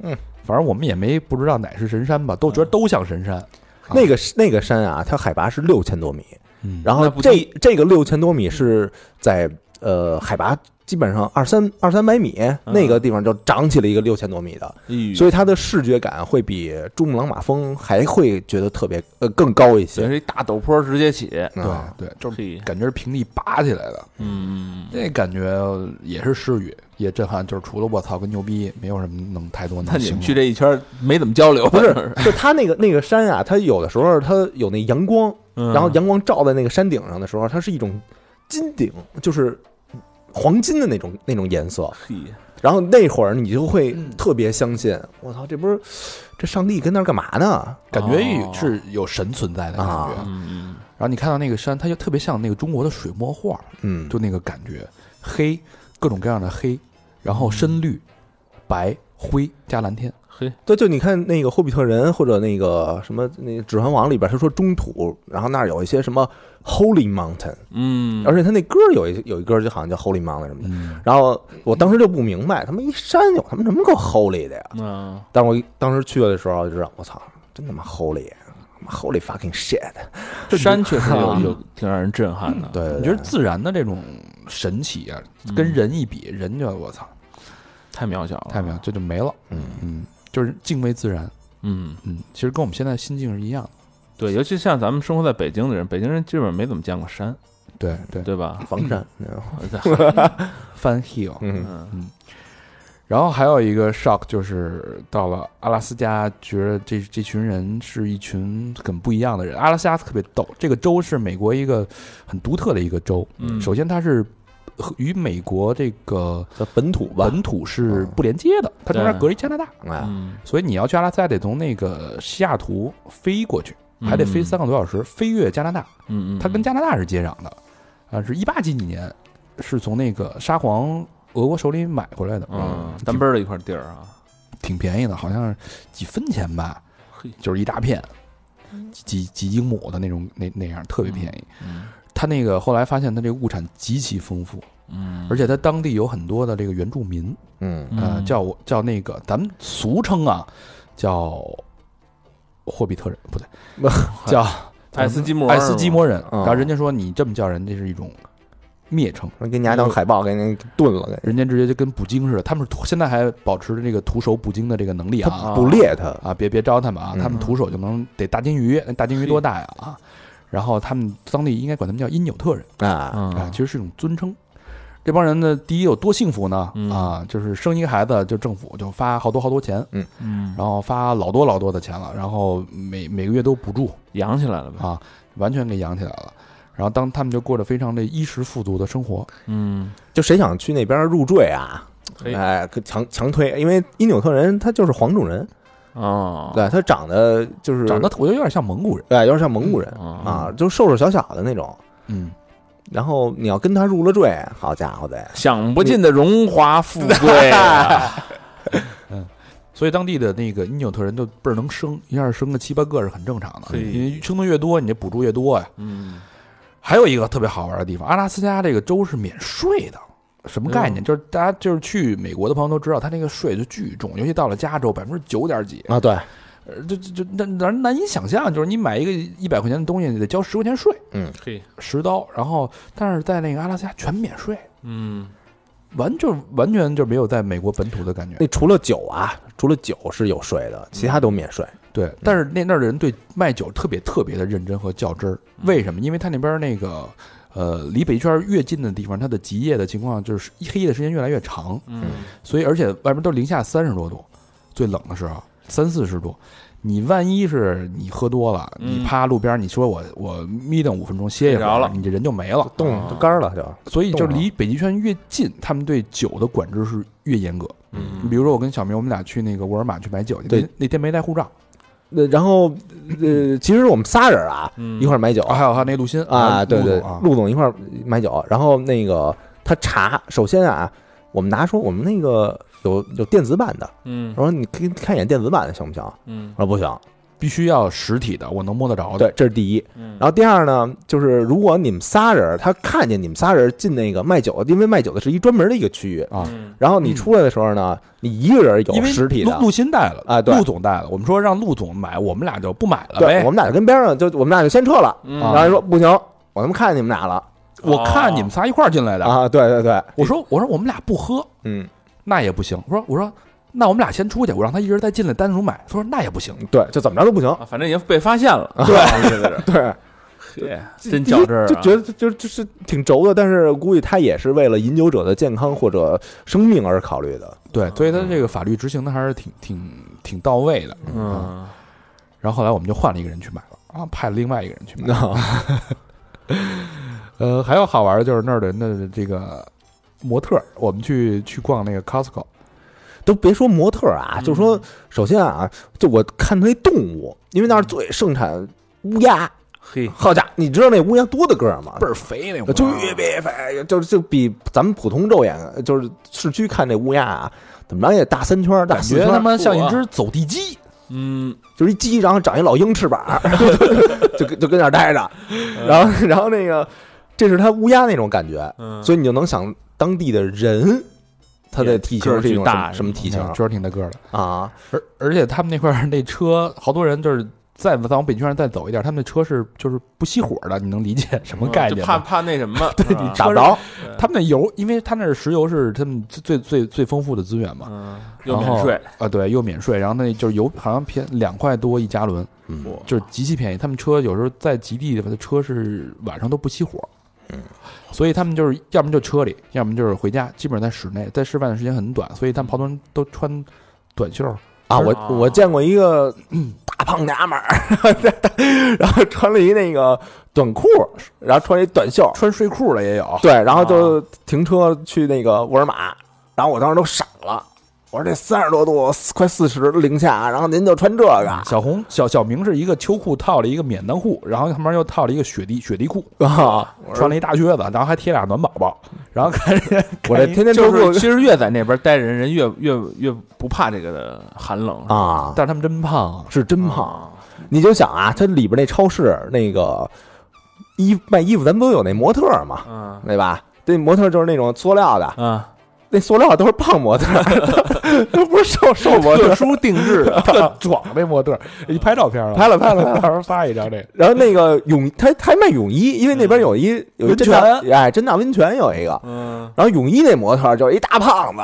B: 嗯，
A: 反正我们也没不知道哪是神山吧，都觉得都像神山，
B: 那个那个山啊，它海拔是六千多米，
A: 嗯
B: 然后
C: 那不
B: 这这个六千多米是在呃海拔基本上二三二三百米那个地方就长起了一个六千多米的，
C: 哎
A: 嗯
B: 所以它的视觉感会比珠穆朗玛峰还会觉得特别呃更高一
C: 等
B: 些。
C: 于是一大陡坡直接起，
B: 啊，
A: 对，就是
C: 嘿
A: 感觉是平地拔起来的，
C: 嗯，
A: 那感觉也是诗语，也震撼。就是除了我操跟牛逼，没有什么能太多
C: 那
A: 能
C: 你
A: 形
C: 们
A: 容。
C: 去这一圈儿没怎么交流，
B: 不 是，就它那个那个山啊，它有的时候它有那阳光，
C: 嗯
B: 然后阳光照在那个山顶上的时候，它是一种金顶，就是黄金的那种那种颜色。
C: 嘿
B: 然后那会儿你就会
A: 嗯
B: 特别相信，我操，这不是这上帝跟那儿干嘛呢？
A: 感觉
C: 哦
A: 有是有神存在的感觉。
B: 啊
C: 嗯
A: 然后你看到那个山，它就特别像那个中国的水墨画，
B: 嗯，
A: 就那个感觉，黑，各种各样的黑，然后
C: 嗯
A: 深绿、白、灰加蓝天。
C: 嘿，
B: 对，就你看那个《霍比特人》或者那个什么那个《指环王》里边，他说中土，然后那儿有一些什么 Holy Mountain，
C: 嗯，
B: 而且他那歌有一有一歌就好像叫 Holy Mountain 什么的。
A: 嗯，
B: 然后我当时就不明白，他妈一山有他妈什么够 Holy 的呀？
C: 嗯，
B: 但我一当时去的时候就知道，我操，真他妈 Holy，他妈 Holy fucking shit！
C: 山确实有
B: 啊
C: 有挺让人震撼的，
B: 对对对
A: 你觉得自然的这种神奇啊，
C: 嗯
A: 跟人一比，人就我操，
C: 太渺小了，
A: 太妙，，这就没了。
B: 嗯
A: 嗯，就是敬畏自然。
C: 嗯，
A: 嗯，其实跟我们现在心境是一样的。
C: 对，尤其像咱们生活在北京的人，北京人基本上没怎么见过山，
A: 对对
C: 对吧？
B: 房山，嗯
A: ，Fun Hill。
B: 嗯
C: 嗯，
A: 然后还有一个 shock 就是到了阿拉斯加，觉得这这群人是一群很不一样的人。阿拉斯加特别逗，这个州是美国一个很独特的一个州。
C: 嗯
A: 首先它是和与美国这个
B: 叫本土吧，
A: 本土是不连接的，它中间隔一加拿大，
B: 哎，
C: 嗯，
A: 所以你要去阿拉斯加得从那个西雅图飞过去，还得飞三
C: 个，
A: 个多小时，飞越加拿大。
C: 嗯嗯嗯，
A: 它跟加拿大是接壤的，啊，是一八几几年是从那个沙皇俄国手里买回来的，
C: 嗯单
A: 挺
C: 边儿的一块地儿啊，
A: 挺便宜的，好像是几分钱吧，
C: 嘿，
A: 就是一大片，几几几英亩的那种那那样，特别便宜。
C: 嗯
A: 他那个后来发现他这个物产极其丰富，
C: 嗯，
A: 而且他当地有很多的这个原住民，
B: 嗯，
A: 呃，
C: 嗯
A: 叫我叫那个咱们俗称啊，叫霍比特人， 不对叫
C: 爱斯基摩，
A: 爱斯基，摩人。
B: 嗯
A: 然后人家说你这么叫人，这是一种蔑称。
B: 我给你家当海报，给你炖了，给
A: 人家直接就跟捕鲸似的，他们是徒现在还保持着这个徒手捕鲸的这个能力啊
C: 他
B: 捕猎它。
A: 啊！别别招他们啊，
B: 嗯
A: 他们徒手就能逮大金鱼，那大金鱼多大呀啊！然后他们当地应该管他们叫因纽特人
B: 啊，
A: 啊，
C: 嗯
A: 其，实是一种尊称。这帮人呢，第一有多幸福呢
C: 嗯
A: 啊，就是生一个孩子就政府就发好多好多钱，
C: 嗯，
A: 然后发老多老多的钱了，然后每每个月都补助
C: 养起来了呗，
A: 啊，完全给养起来了。然后当他们就过着非常这衣食富足的生活，
C: 嗯，
B: 就谁想去那边入赘啊？
C: 嘿
B: 哎，可强强推，因为因纽特人他就是黄种人，
C: 哦，
B: 对他长得就是
A: 长得我觉得有点像蒙古人，
B: 哎，有点像蒙古人
C: 啊，
B: 啊，就瘦瘦小小的那种。
A: 嗯，
B: 然后你要跟他入了赘，好家伙的，
C: 享不尽的荣华富贵啊，
A: 所以当地的那个因纽特人就倍儿能生，一下生个七八个是很正常的，
C: 嘿
A: 因为生的越多，你这补助越多呀。
C: 嗯，
A: 还有一个特别好玩的地方，阿拉斯加这个州是免税的，什么概念？就是大家就是去美国的朋友都知道，他那个税就巨重，尤其到了加州，百分之九点几，
B: 啊，对，
A: 呃就就就难难难以想象，就是你买一个一百块钱的东西，你得交十块钱税，
C: 嘿，
A: 十刀，然后但是在那个阿拉斯加全免税，
C: 嗯，
A: 完就完全就没有在美国本土的感觉。
B: 那除了酒啊，除了酒是有税的，其他都免税。
A: 对，但是那那儿的人对卖酒特别特别的认真和较真儿，为什么？因为他那边儿那个，呃，离北极圈越近的地方，它的极夜的情况就是黑夜的时间越来越长，
C: 嗯，
A: 所以而且外面都零下三十多度，最冷的时候三四十度，你万一是你喝多了，
C: 嗯
A: 你趴路边儿，你说我我眯瞪五分钟歇一会
C: 睡着
A: 儿，
C: 了
A: 你这人就没了。
B: 冻都干儿了就，
A: 所以就
B: 冻了
A: 离北极圈越近，他们对酒的管制是越严格。
C: 嗯
A: 你比如说我跟小明，我们俩去那个沃尔玛去买酒，
B: 对
A: 那那天没带护照。
B: 那然后呃，其实我们仨人啊，
C: 嗯
B: 一块儿买酒
A: 啊，还有还有那陆鑫
B: 啊，对
A: 陆
B: 对
A: 总啊，
B: 陆总一块儿买酒，然后那个他查，首先啊，我们拿出我们那个有有电子版的，
C: 嗯
B: 我说你看看一眼电子版的行不行？
C: 嗯
B: 我说啊不行，
A: 必须要实体的，我能摸得着的。
B: 对，这是第一。
C: 嗯，
B: 然后第二呢，就是如果你们仨人，他看见你们仨人进那个卖酒，因为卖酒的是一专门的一个区域。
A: 啊
C: 嗯
B: 然后你出来的时候呢，你一个人
A: 因
B: 有
A: 为
B: 实体的
A: 陆，陆鑫带了
B: 啊对
A: 陆总带了。我们说让陆总买，我们俩就不买了
B: 对，
A: 呗
B: 我。们俩就跟边上就我们俩就先撤了。
C: 嗯
B: 然后人说不行，我他妈看见你们俩了，
A: 我看你们仨一块儿进来的，
B: 哦啊，对对对，
A: 我说我说我们俩不喝，
B: 嗯，
A: 那也不行。我说我说那我们俩先出去，我让他一人再进来单独买。他说那也不行。
B: 对，就怎么着都不行，
C: 啊反正已经被发现了。对，
B: 对，
C: 嘿， 真较真儿啊，
B: 就就觉得就就是挺轴的，但是估计他也是为了饮酒者的健康或者生命而考虑的。
A: 对，所以他这个法律执行的还是挺挺挺到位的。
C: 嗯，
A: 然后后来我们就换了一个人去买了啊，派了另外一个人去买。
B: 啊
A: 哦 呃，还有好玩的就是那儿的那儿的这个模特儿，我们去去逛那个 Costco，
B: 都别说模特儿啊，
C: 嗯
B: 就说首先啊，就我看那动物，因为那儿
C: 嗯
B: 最盛产乌鸦。
C: 嘿，
B: 好家伙，你知道那乌鸦多大个儿吗？
A: 倍儿肥那
B: 就
C: 啊
B: 越别肥，就就比咱们普通肉眼就是市区看这乌鸦啊，怎么着也大三圈儿、大
A: 感
B: 四
A: 觉
B: 圈
A: 他
B: 儿，
A: 妈啊像一只走地鸡。
C: 嗯，
B: 就是一鸡，然后长一老鹰翅膀， 就跟就跟那儿待着，然后然后那个这是它乌鸦那种感觉，
C: 嗯
B: 所以你就能想当地的人，他的
C: 也
B: 体
C: 个
B: 型
C: 儿
B: 是一
C: 巨
B: 种什
C: 大嗯
B: 么什么体
A: 你
B: 型
A: 确实挺大个儿的。
B: 啊？
A: 而而且他们那块儿那车，好多人就是再往北京圈再走一点，他们那车是就是不熄火的，你能理解什么概
C: 就
A: 念
C: 怕
A: 吗？
C: 怕那什么， 对
A: 你
B: 打不着，
A: 他们那油，因为他那石油是他们最最最最丰富的资源嘛，
C: 嗯，又
A: 然
C: 免
A: 后
C: 税，
A: 啊，对，又免税，然后那就是油好像便两块多一加仑，
B: 嗯
A: 就是极其便宜。他们车有时候在极地的车是晚上都不熄火，嗯，所以他们就是要么就车里，要么就是回家，基本上在室内，在室外的时间很短，所以他们好多人都穿短袖儿，
B: 啊，
C: 是
B: 我我见过一个大胖娘们儿， 然后穿了一那个短裤，然后穿了一短袖，
A: 穿睡裤的也有，
B: 对，然后就停车去那个沃尔玛，然后我当时都傻了，我说这三十多度，快四十零下，然后您就穿这个啊
A: 小红小小明是一个秋裤套了一个免裆裤，然后旁边又套了一个雪地雪地裤，
B: 我说
A: 穿了一大靴子，然后还贴俩暖宝宝，然后看人家
B: 我这天天
C: 就
B: 都
C: 是其实越在那边待着，人越越越不怕这个的寒冷，
B: 啊，
A: 但是他们真胖啊，
B: 是真胖。你就想啊，它里边那超市那个衣卖衣服，咱不都有那模特儿嘛，
C: 嗯
B: 对吧？那模特就是那种塑料的，
C: 啊，
B: 那塑料都是胖模特儿， 都不是瘦瘦模特
A: 特
B: 儿。
A: 殊定制的，特 壮那模特，你拍照片了？
B: 拍了拍了拍了
A: 到时候发一张这个。
B: 然后那个泳，他他还卖泳衣，因为那边有一有一
A: 温
B: 真大哎真大温泉有一个，
C: 嗯，
B: 然后泳衣那模特儿就是一大胖 子，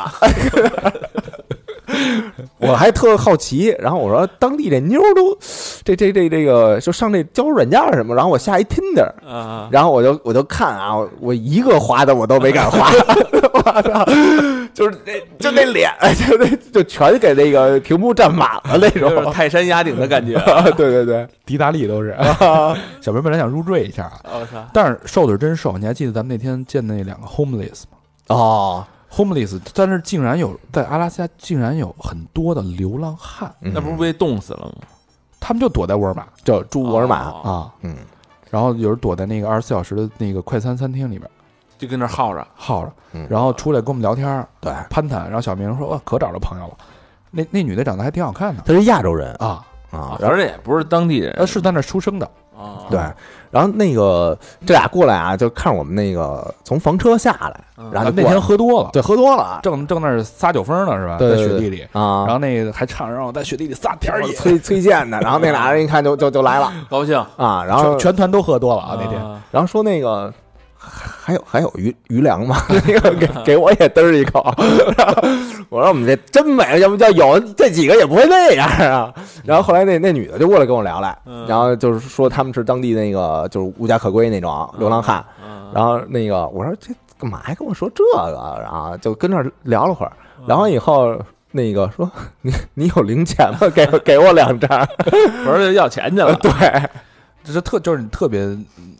B: 我还特好奇，然后我说当地这妞儿都这这这这个就上这交友软件儿什么，然后我下一 Tinder，
C: 啊，
B: 然后我就我就看啊，我我一个滑的我都没敢滑，我操， 就是那就那脸， 就那就全给那个屏幕占满了那
C: 有
B: 种，
C: 点泰山压顶的感觉，
A: 啊
B: 对对对，
A: 迪达利都是， 小明本来想入赘一下啊，
C: 我操，
A: 但是瘦的是真瘦。你还记得咱们那天见那两个 homeless 吗
B: 哦，
A: ？homeless，但是竟然有在阿拉斯加竟然有很多的流浪汉，
B: 那
C: 那不是被冻死了吗？
A: 他们就躲在沃尔玛
B: 嗯就住沃尔玛，
C: 哦，
A: 啊，
B: 嗯，
A: 然后有人躲在那个二十四小时的那个快餐餐厅里边
C: 就跟那儿耗着，啊
A: 耗着
B: 嗯，
A: 然后出来跟我们聊天儿
B: 对，
A: 攀谈，然后小明说哇可找着朋友了，那那女的长得还挺好看的
B: 他是亚洲人
A: 啊，
B: 啊，
C: 而且也不是当地人
A: 呃是在那儿出生的，
C: 啊，
B: 对，然后那个这俩过来啊，就看我们那个从房车下来，
C: 嗯
B: 然后
A: 咱们啊
B: 就
A: 那
B: 过来
A: 天喝多了，
B: 对喝多了
A: 正正那儿撒酒疯呢是吧，
B: 对
A: 在
B: 对
A: 雪
B: 对
A: 地里，
B: 啊，
A: 啊然后那个还唱让我在雪地里撒点儿野，
B: 崔崔健的，然后那俩人一看就就就来了
C: 高兴
B: 啊，然后
A: 全全团都喝多了啊那天。
C: 啊
B: 然后说那个还还有还有余余粮吗？ 那个给给我也嘚儿一口， 我说我们这真没，要不叫有这几个也不会那样啊。然后后来那那女的就过来跟我聊来，
C: 嗯
B: 然后就是说他们是当地那个就是无家可归那种流浪
A: 啊
B: 汉，
C: 嗯
B: 然后那个我说这干嘛呀？跟我说这个啊，然后就跟那儿聊了会
A: 啊
B: 儿，聊完以后。那个说 你你有零钱吗？给 给我两张。
C: 不是要钱去了，
B: 呃对，
A: 这是特就是你特别嗯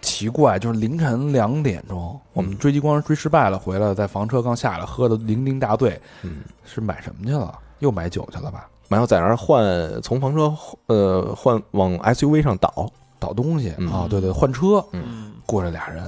A: 奇怪，就是凌晨两点钟，我
B: 嗯
A: 们追极光追失败了，回来在房车刚下来，喝的酩酊大醉，
B: 嗯，
A: 是买什么去了？又买酒去了吧？
B: 然后在那儿换从房车呃换往 SUV 上倒，
A: 倒东西啊、
B: 嗯
A: 对对，换车
C: 嗯，
A: 过来俩人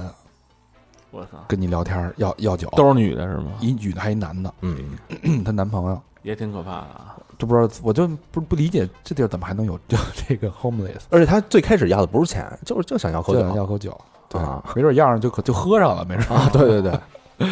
C: 我操，
A: 跟你聊天，要要酒，
C: 都是女的是吗？
A: 一女的还一男的，
B: 嗯，
A: 她男朋友
C: 也挺可怕的啊，
A: 就不知道，我就不不理解这地儿怎么还能有 就这个 homeless，
B: 而且他最开始要的不是钱，就是就想要口
A: 就
B: 酒
A: 想要口酒，对，
B: 啊
A: 没准样儿就可就喝上了，没准啊，对对对。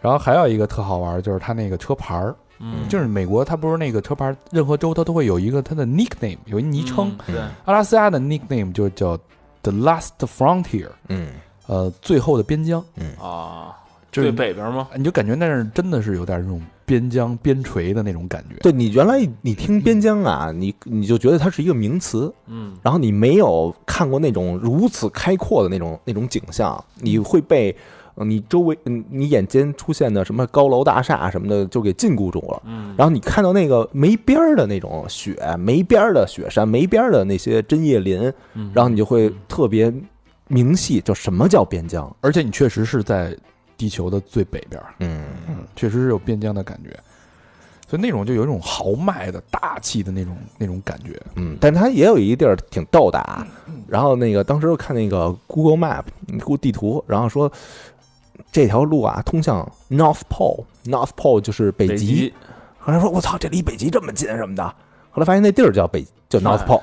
A: 然后还有一个特好玩儿，就是他那个车牌儿，
C: 嗯，
A: 就是美国，它不是那个车牌，任何州它都会有一个它的 nickname，有一昵称。
C: 嗯，对，
A: 阿拉斯加的 nickname 就叫 The Last Frontier，
B: 嗯
A: 呃，最后的边疆，
C: 啊，
A: 就是
C: 最北边吗？
A: 你就感觉那儿真的是有点那种边疆边陲的那种感觉。
B: 对你原来你听边疆啊，你你就觉得它是一个名词，
C: 嗯，
B: 然后你没有看过那种如此开阔的那种那种景象，你会被呃你周围嗯你眼尖出现的什么高楼大厦什么的就给禁锢住了。
C: 嗯，
B: 然后你看到那个没边儿的那种雪，没边儿的雪山，没边儿的那些针叶林，
C: 嗯
B: 然后你就会特别明细，就什么叫边疆？
A: 而且你确实是在地球的最北边儿，
B: 嗯，
A: 嗯，确实是有边疆的感觉，所以那种就有一种豪迈的大气的那种那种感觉。
B: 嗯，但是它也有一地儿挺逗的啊。然后那个当时我看那个 Google Map 嗯 Google 地图，然后说这条路啊通向 North Pole，North Pole 就是北极。
C: 北 极
B: 后来说我操，这离北极这么近什么的。后来发现那地儿叫北叫 North Pole，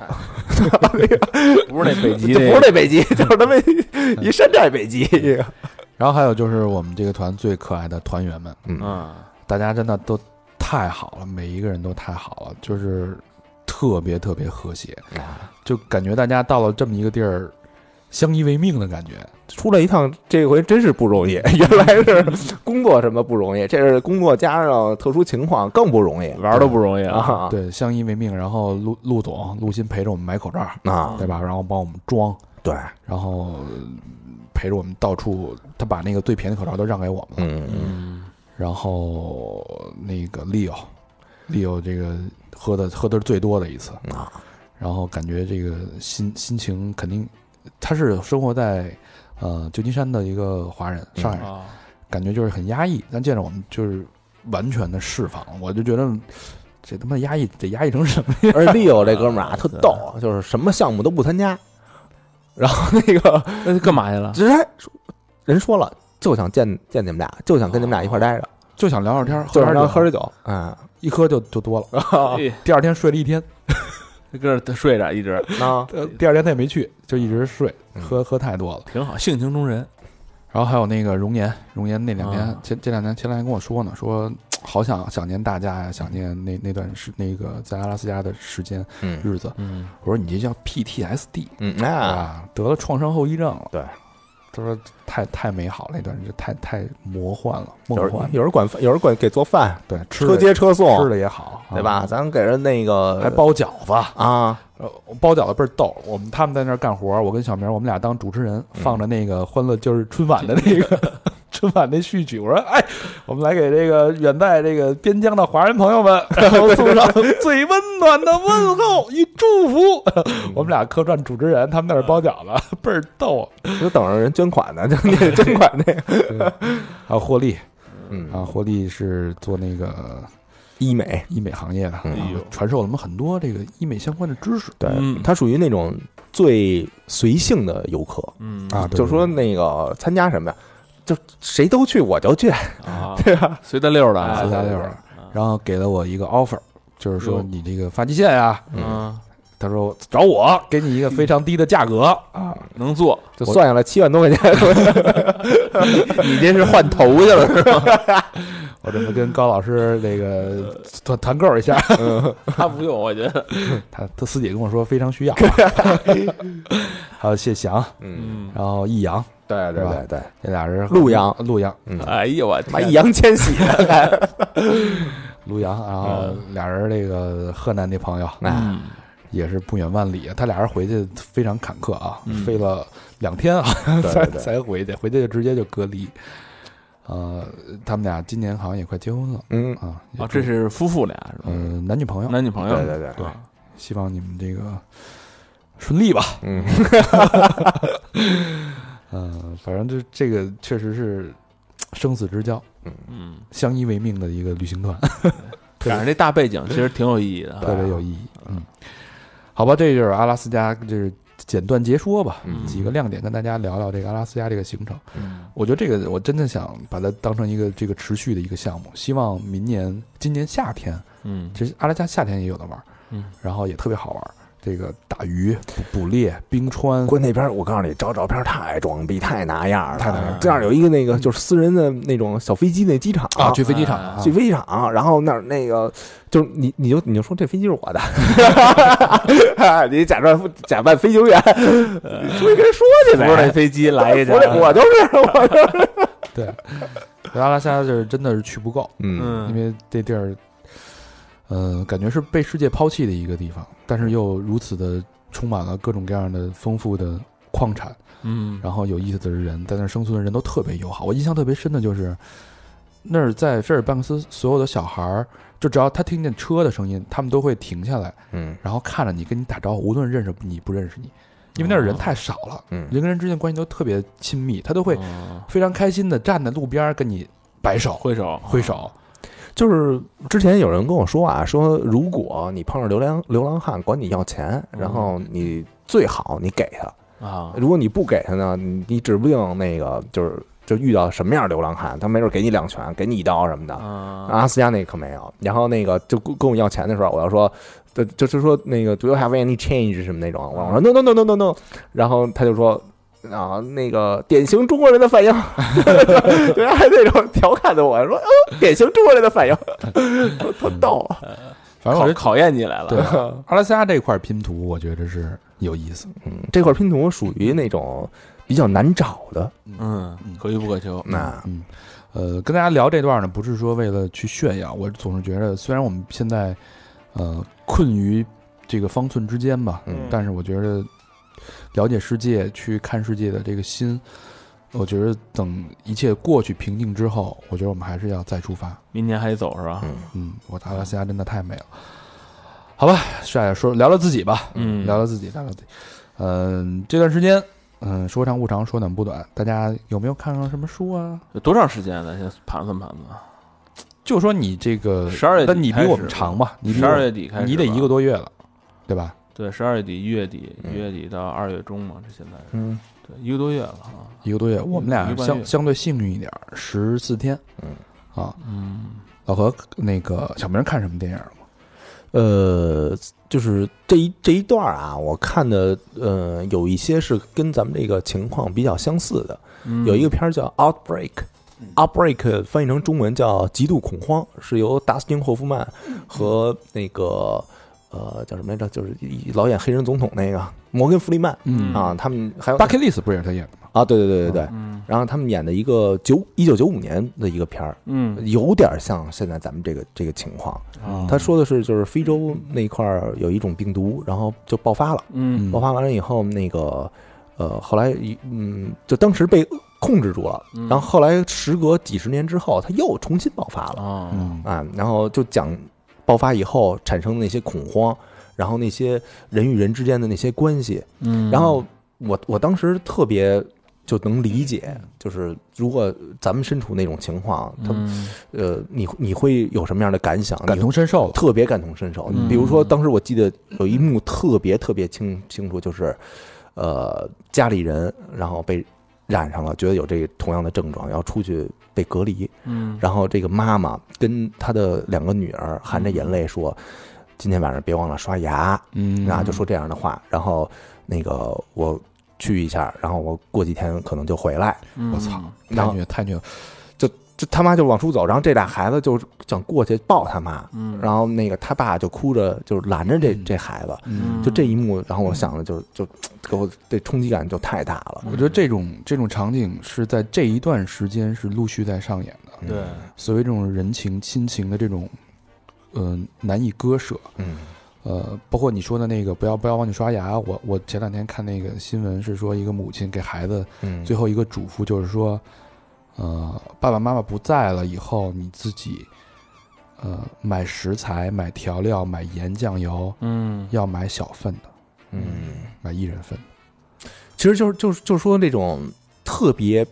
C: 不是那北极
B: 就不是那北极，就是他妈一一山寨北极。
A: 然后还有就是我们这个团最可爱的团员们，
B: 嗯，
C: 嗯，
A: 大家真的都太好了，每一个人都太好了，就是特别特别和谐，就感觉大家到了这么一个地儿，相依为命的感觉。
B: 出来一趟，这回真是不容易。 原来是工作什么不容易，这是工作加上特殊情况更不容易
C: 玩儿都不容易啊，
B: 啊
A: 对，相依为命。然后陆陆总、陆鑫陪着我们买口罩，
B: 啊！
A: 对吧？然后帮我们装，
B: 对，
A: 然后呃陪着我们到处，他把那个最便宜的口罩都让给我们了。
B: 嗯嗯。
C: 嗯，
A: 然后那个 Leo，Leo 这个喝的喝的是最多的一次，
B: 啊，
A: 然后感觉这个心心情肯定，他是生活在呃旧金山的一个华人
B: 嗯
A: 上
B: 哎
A: 海人，
C: 啊，
A: 感觉就是很压抑，但见着我们就是完全的释放，我就觉得这他妈压抑得压抑成什么样？
B: 而 Leo 这哥们儿啊，特
A: 嗯
B: 逗，就是什么项目都不参加，然后那个
C: 那干嘛去了？
B: 直接人说了，就想见见你们俩，就想跟你们俩一块儿待着，
A: 就想聊聊天，
B: 就
A: 喝
B: 是
A: 点
B: 要
A: 酒，
B: 喝点酒，
A: 哦
B: 嗯，
A: 一喝就就多了。
C: 哎
A: 第二天睡了一天，
C: 搁这睡着一直
B: 啊，
A: 呃第二天他也没去，就一直睡，
B: 嗯
A: 喝喝太多了。
C: 挺好，性情中人，
A: 然后还有那个容颜，容颜那两天、
C: 啊
A: 前这两天前两天跟我说呢，说好想想念大家呀，想念那那段时那个在阿拉斯加的时间
B: 嗯
A: 日子。
C: 嗯，
A: 我说你这叫 PTSD
B: 嗯啊，
A: 啊，得了创伤后遗症了。
B: 对，
A: 他说太太美好了，那段日子太太魔幻了，梦
B: 有
A: 幻
B: 人。有人管有人管给做饭，
A: 对，吃
B: 车
A: 的
B: 接车
A: 吃
B: 送，
A: 的也好，
B: 对
A: 啊
B: 吧？咱给人那个
A: 还包饺子，
B: 啊，
A: 呃，包饺子倍儿逗。我们他们在那儿干活，我跟小明，我们俩当主持人，
B: 嗯
A: 放着那个《欢乐就是春晚》的那 个春晚那序曲。我说，哎，我们来给这个远在这个边疆的华人朋友 们，然后送上最温暖的问候与祝福。
B: 嗯
A: 我们俩客串主持人，他们在那儿包饺子，倍儿逗。啊
B: 就等着人捐款呢，就那个捐款那 个，
A: 还有霍利
B: 嗯，
A: 啊，霍利是做那个
B: 医美，
A: 医美行业的，
B: 嗯
A: 然后传授了我们很多这个医美相关的知识
B: 对
C: 嗯，
B: 他属于那种最随性的游客，
C: 嗯
A: 啊，对
B: 就说那个参加什么呀，就谁都去我就去，
C: 啊，对啊，随大溜儿的啊，
A: 四
B: 随
A: 加
B: 大
A: 六
B: 溜儿
A: 了，然后给了我一个 offer，就是说
C: 哟
A: 你这个发际线呀、
C: 嗯，
A: 他说找我，给你一个非常低的价格啊，
C: 能做，
B: 就算下来七万多块钱，
C: 你这是换头去了，
A: 我准备跟高老师那个团团购一下，
C: 他不用，我觉得，
A: 他他师姐跟我说非常需 要，还有谢翔，
B: 嗯，
C: 嗯，
A: 然后易阳
B: 对对
A: 是吧
B: 对对，
A: 这俩人，
B: 陆阳
A: 陆阳
C: 哎呦我
B: 妈
C: 天，
B: 易烊千玺，
A: 陆阳，然后俩人这个河南那朋友
B: 哎，
C: 嗯，
A: 也是不远万里，啊他俩人回去非常坎坷啊，
C: 嗯
A: 飞了两天啊
B: 对
A: 才
B: 对
A: 才回去，回去就直接就隔离。呃，他们俩今年好像也快结婚了
B: 嗯，
A: 啊，
C: 啊，这是夫妇俩是吧？
A: 嗯、呃男女朋友，
C: 男女朋友，
B: 对对对
A: 对希望你们这个顺利吧。
B: 嗯，
A: 嗯，反正这这个确实是生死之交，
C: 嗯，
A: 相依为命的一个旅行团，
C: 赶上这大背景其实挺有意义的啊，
A: 特别有意义。嗯，好吧，这就是阿拉斯加，就是简短截说吧，
B: 嗯
A: 几个亮点跟大家聊聊这个阿拉斯加这个行程。
C: 嗯
A: 我觉得这个我真的想把它当成一个这个持续的一个项目，希望明年今年夏天，
C: 嗯
A: 其实阿拉斯加夏天也有的玩儿，
C: 嗯，
A: 然后也特别好玩儿。这个打鱼、捕捕猎、冰川，
B: 关那边儿，我告诉你，找照片太装逼，太拿样儿了。嗯
A: 太拿样儿
B: 这样有一个那个就是私人的那种小飞机那机场
A: 啊，去飞机场
C: 啊
A: 啊
B: 去飞机场，然后那儿那个就是你你就你就说这飞机是我 的，你假装假扮飞行员，你出去跟人呃说去呗。
C: 扶着那飞机来一
B: 我这
C: 张，
B: 我就是我就是，
A: 对，阿拉斯加就是真的是去不够，
B: 嗯
A: 因
C: 嗯，
A: 为这地儿，呃，感觉是被世界抛弃的一个地方，但是又如此的充满了各种各样的丰富的矿产，
C: 嗯，
A: 然后有意思的人，在那儿生存的人都特别友好。我印象特别深的就是，那儿在菲尔班克斯，所有的小孩儿，就只要他听见车的声音，他们都会停下来，
B: 嗯
A: 然后看着你，跟你打招呼，无论认识你不认识你，因为那儿人太少了，
B: 嗯
A: 人跟人之间关系都特别亲密，他都会
C: 哦
A: 非常开心的站在路边儿跟你摆手
C: 挥手
A: 挥手。
B: 就是之前有人跟我说啊，说如果你碰上流浪流浪汉管你要钱，然后你最好你给他，
C: 啊，
B: 如果你不给他呢，你你指不定那个就是就遇到什么样的流浪汉，他没准给你两拳，给你一刀什么的。
C: 啊，
B: 阿拉斯加那可没有。然后那个就跟跟我要钱的时候，我要说，就就就说那个 Do you have any change 什么那种，我说 No No No No No No，然后他就说。啊，那个典型中国人的反应， 就就还那种调侃的我说，哦，典型中国人的反应， 多逗啊！
A: 反正我觉
C: 考
A: 得
C: 考验你来了，
A: 对阿拉斯加这块拼图，我觉得是有意思。
B: 嗯，这块拼图属于那种比较难找的，啊
C: 嗯
A: 嗯，
C: 可遇不可求，
B: 那
A: 嗯，呃，跟大家聊这段呢，不是说为了去炫耀，我总是觉得，虽然我们现在呃困于这个方寸之间吧，
B: 嗯
A: 但是我觉得了解世界、去看世界的这个心，我觉得等一切过去平静之后，我觉得我们还是要再出发。
C: 明年还得走是吧？
B: 嗯
A: 嗯，我的阿拉斯加真的太美了。好吧，帅帅说聊聊自己吧，
C: 嗯
A: 聊聊自己，聊聊自己。嗯、这段时间，嗯、说长不长，说短不短，大家有没有看上什么书啊？
C: 有多长时间了？现在盘算盘算，
A: 就说你这个
C: 12月底
A: 那你比我们长吧？你比
C: 十
A: 我
C: 二月底开始吧，
A: 你得一个多月了，对吧？
C: 对，十二月底、一月底、
B: 嗯
C: 一月底到二月中嘛，这现在是
B: 嗯
C: 对一个多月了啊。
A: 一个多月，我们俩
C: 一个半
A: 相
C: 月
A: 相对幸运一点，十四天。
B: 嗯
A: 啊，
C: 嗯，
A: 老何，那个小明看什么电影吗？
B: 呃，就是这一这一段儿啊，我看的呃有一些是跟咱们这个情况比较相似的，
C: 嗯
B: 有一个片儿叫《Outbreak》。Outbreak 翻译成中文叫《极度恐慌》，是由达斯汀·霍夫曼和那个呃叫什么来着，就是一老演黑人总统那个摩根·弗里曼
C: 嗯
B: 啊，他们还有
A: 巴 u c k 不也是他演的吗？
B: 啊，对对对对对，
C: 嗯
B: 然后他们演的一个九一九九五年的一个片儿，
C: 嗯
B: 有点像现在咱们这个这个情况，
A: 哦
C: 啊
B: 他说的是，就是非洲那块儿有一种病毒，然后就爆发了。
C: 嗯
B: 爆发完了以后，那个呃，后来一嗯，就当时被控制住了。
C: 嗯
B: 然后后来时隔几十年之后，它又重新爆发了
C: 啊
A: 嗯，
B: 啊。然后就讲爆发以后产生的那些恐慌，然后那些人与人之间的那些关系。
C: 嗯
B: 然后我我当时特别就能理解，就是如果咱们身处那种情况，他
C: 嗯
B: 呃，你你会有什么样的感想？
A: 感
B: 你
A: 同身受了。
B: 特别感同身受。
A: 嗯
B: 比如说，当时我记得有一幕特别特别清清楚，就是，呃，家里人然后被染上了，觉得有这同样的症状，要出去被隔离。
C: 嗯
B: 然后这个妈妈跟她的两个女儿含着眼泪说：“今天晚上别忘了刷牙。”
A: 嗯
B: 啊，就说这样的话。然后那个我去一下，然后我过几天可能就回来。
C: 嗯
A: 我操，
B: 然
A: 太
B: 后
A: 虐太虐了。
B: 这他妈就往出走，然后这俩孩子就想过去抱他妈。
C: 嗯
B: 然后那个他爸就哭着，就是拦着这
A: 嗯
B: 这孩子，
A: 嗯，
B: 就这一幕，然后我想的就就给我这冲击感就太大了。
A: 我觉得这种这种场景是在这一段时间是陆续在上演的，
B: 嗯
C: 对，
A: 所谓这种人情亲情的这种，呃，难以割舍。
B: 嗯
A: 呃，包括你说的那个不要不要忘记刷牙，我我前两天看那个新闻是说一个母亲给孩子
B: 嗯，
A: 最后一个嘱咐就是说，呃，爸爸妈妈不在了以后，你自己呃买食材、买调料、买盐酱油，
C: 嗯
A: 要买小份的，
B: 嗯，
A: 买一人份的。
B: 其实就是就是就是说那种特别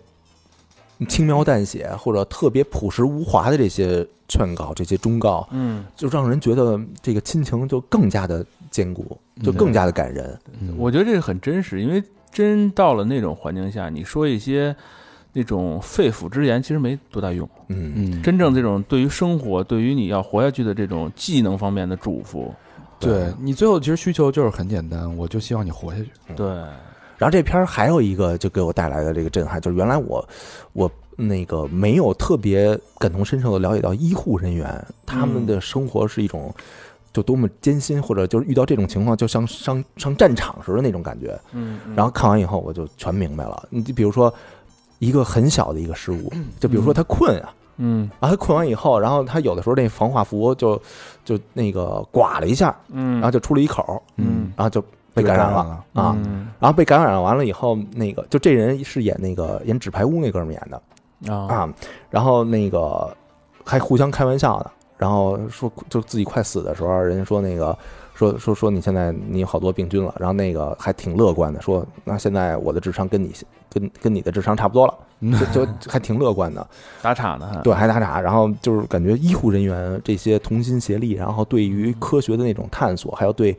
B: 轻描淡写或者特别朴实无华的这些劝告、这些忠告，
C: 嗯，
B: 就让人觉得这个亲情就更加的坚固，就更加的感人。
A: 嗯
C: 我觉得这个很真实，因为真到了那种环境下，你说一些那种肺腑之言，其实没多大用。
B: 嗯，
A: 嗯
C: 真正这种对于生活、对于你要活下去的这种技能方面的嘱咐，
A: 对你最后其实需求就是很简单，我就希望你活下去。
B: 嗯
C: 对，
B: 然后这片儿还有一个就给我带来的这个震撼，就是原来我我那个没有特别感同身受的了解到医护人员他们的生活是一种就多么艰辛，或者就是遇到这种情况就像上上战场似的那种感觉。
C: 嗯，嗯
B: 然后看完以后我就全明白了。你就比如说一个很小的一个失误，就比如说他困啊，
C: 嗯
B: 然后他困完以后，然后他有的时候那防化服就就那个刮了一下，
C: 嗯，
B: 然后就出了一口，
C: 嗯
B: 然后就被感染了
A: 了，
B: 啊。
C: 嗯
B: 然后被感染完了以后，那个就这人是演那个演《纸牌屋》那哥们儿演的
C: 啊
B: 啊，然后那个还互相开玩笑呢，然后说就自己快死的时候，人家说那个说说说你现在你有好多病菌了，然后那个还挺乐观的，说那现在我的智商跟你跟跟你的智商差不多了，就就还挺乐观的，
C: 打岔呢，还
B: 对，还打岔，然后就是感觉医护人员这些同心协力，然后对于科学的那种探索，还有对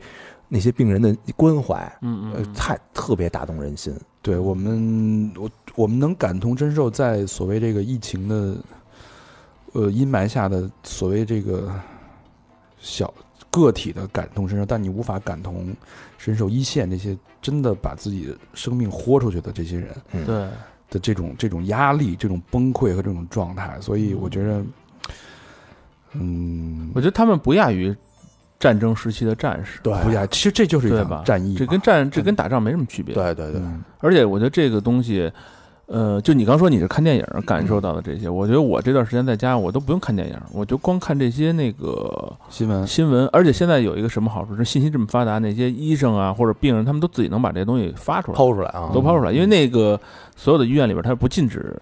B: 那些病人的关怀，
C: 嗯
B: 呃
C: 嗯，嗯
B: 太特别打动人心。
A: 对我们，我我们能感同身受，在所谓这个疫情的呃阴霾下的所谓这个小个体的感同身受，但你无法感同身受一线这些真的把自己的生命豁出去的这些人
B: 呃
C: 对，
A: 的这种这种压力、这种崩溃和这种状态，所以我觉嗯得，嗯
C: 我，觉得他们不亚于战争时期的战士，
B: 对
A: 不哎呀，其实这就是一
C: 对
A: 场
C: 吧
A: 战役嘛，
C: 这跟战这跟打仗没什么区别。
B: 嗯对对对，
A: 嗯
C: 而且我觉得这个东西，呃，就你刚说你是看电影感受到的这些，我觉得我这段时间在家我都不用看电影，我就光看这些那个
A: 新闻
C: 新闻。而且现在有一个什么好处，是信息这么发达，那些医生啊或者病人他们都自己能把这些东西发出来，
B: 抛出来啊，
C: 都抛出来，因为那个所有的医院里边它是不禁止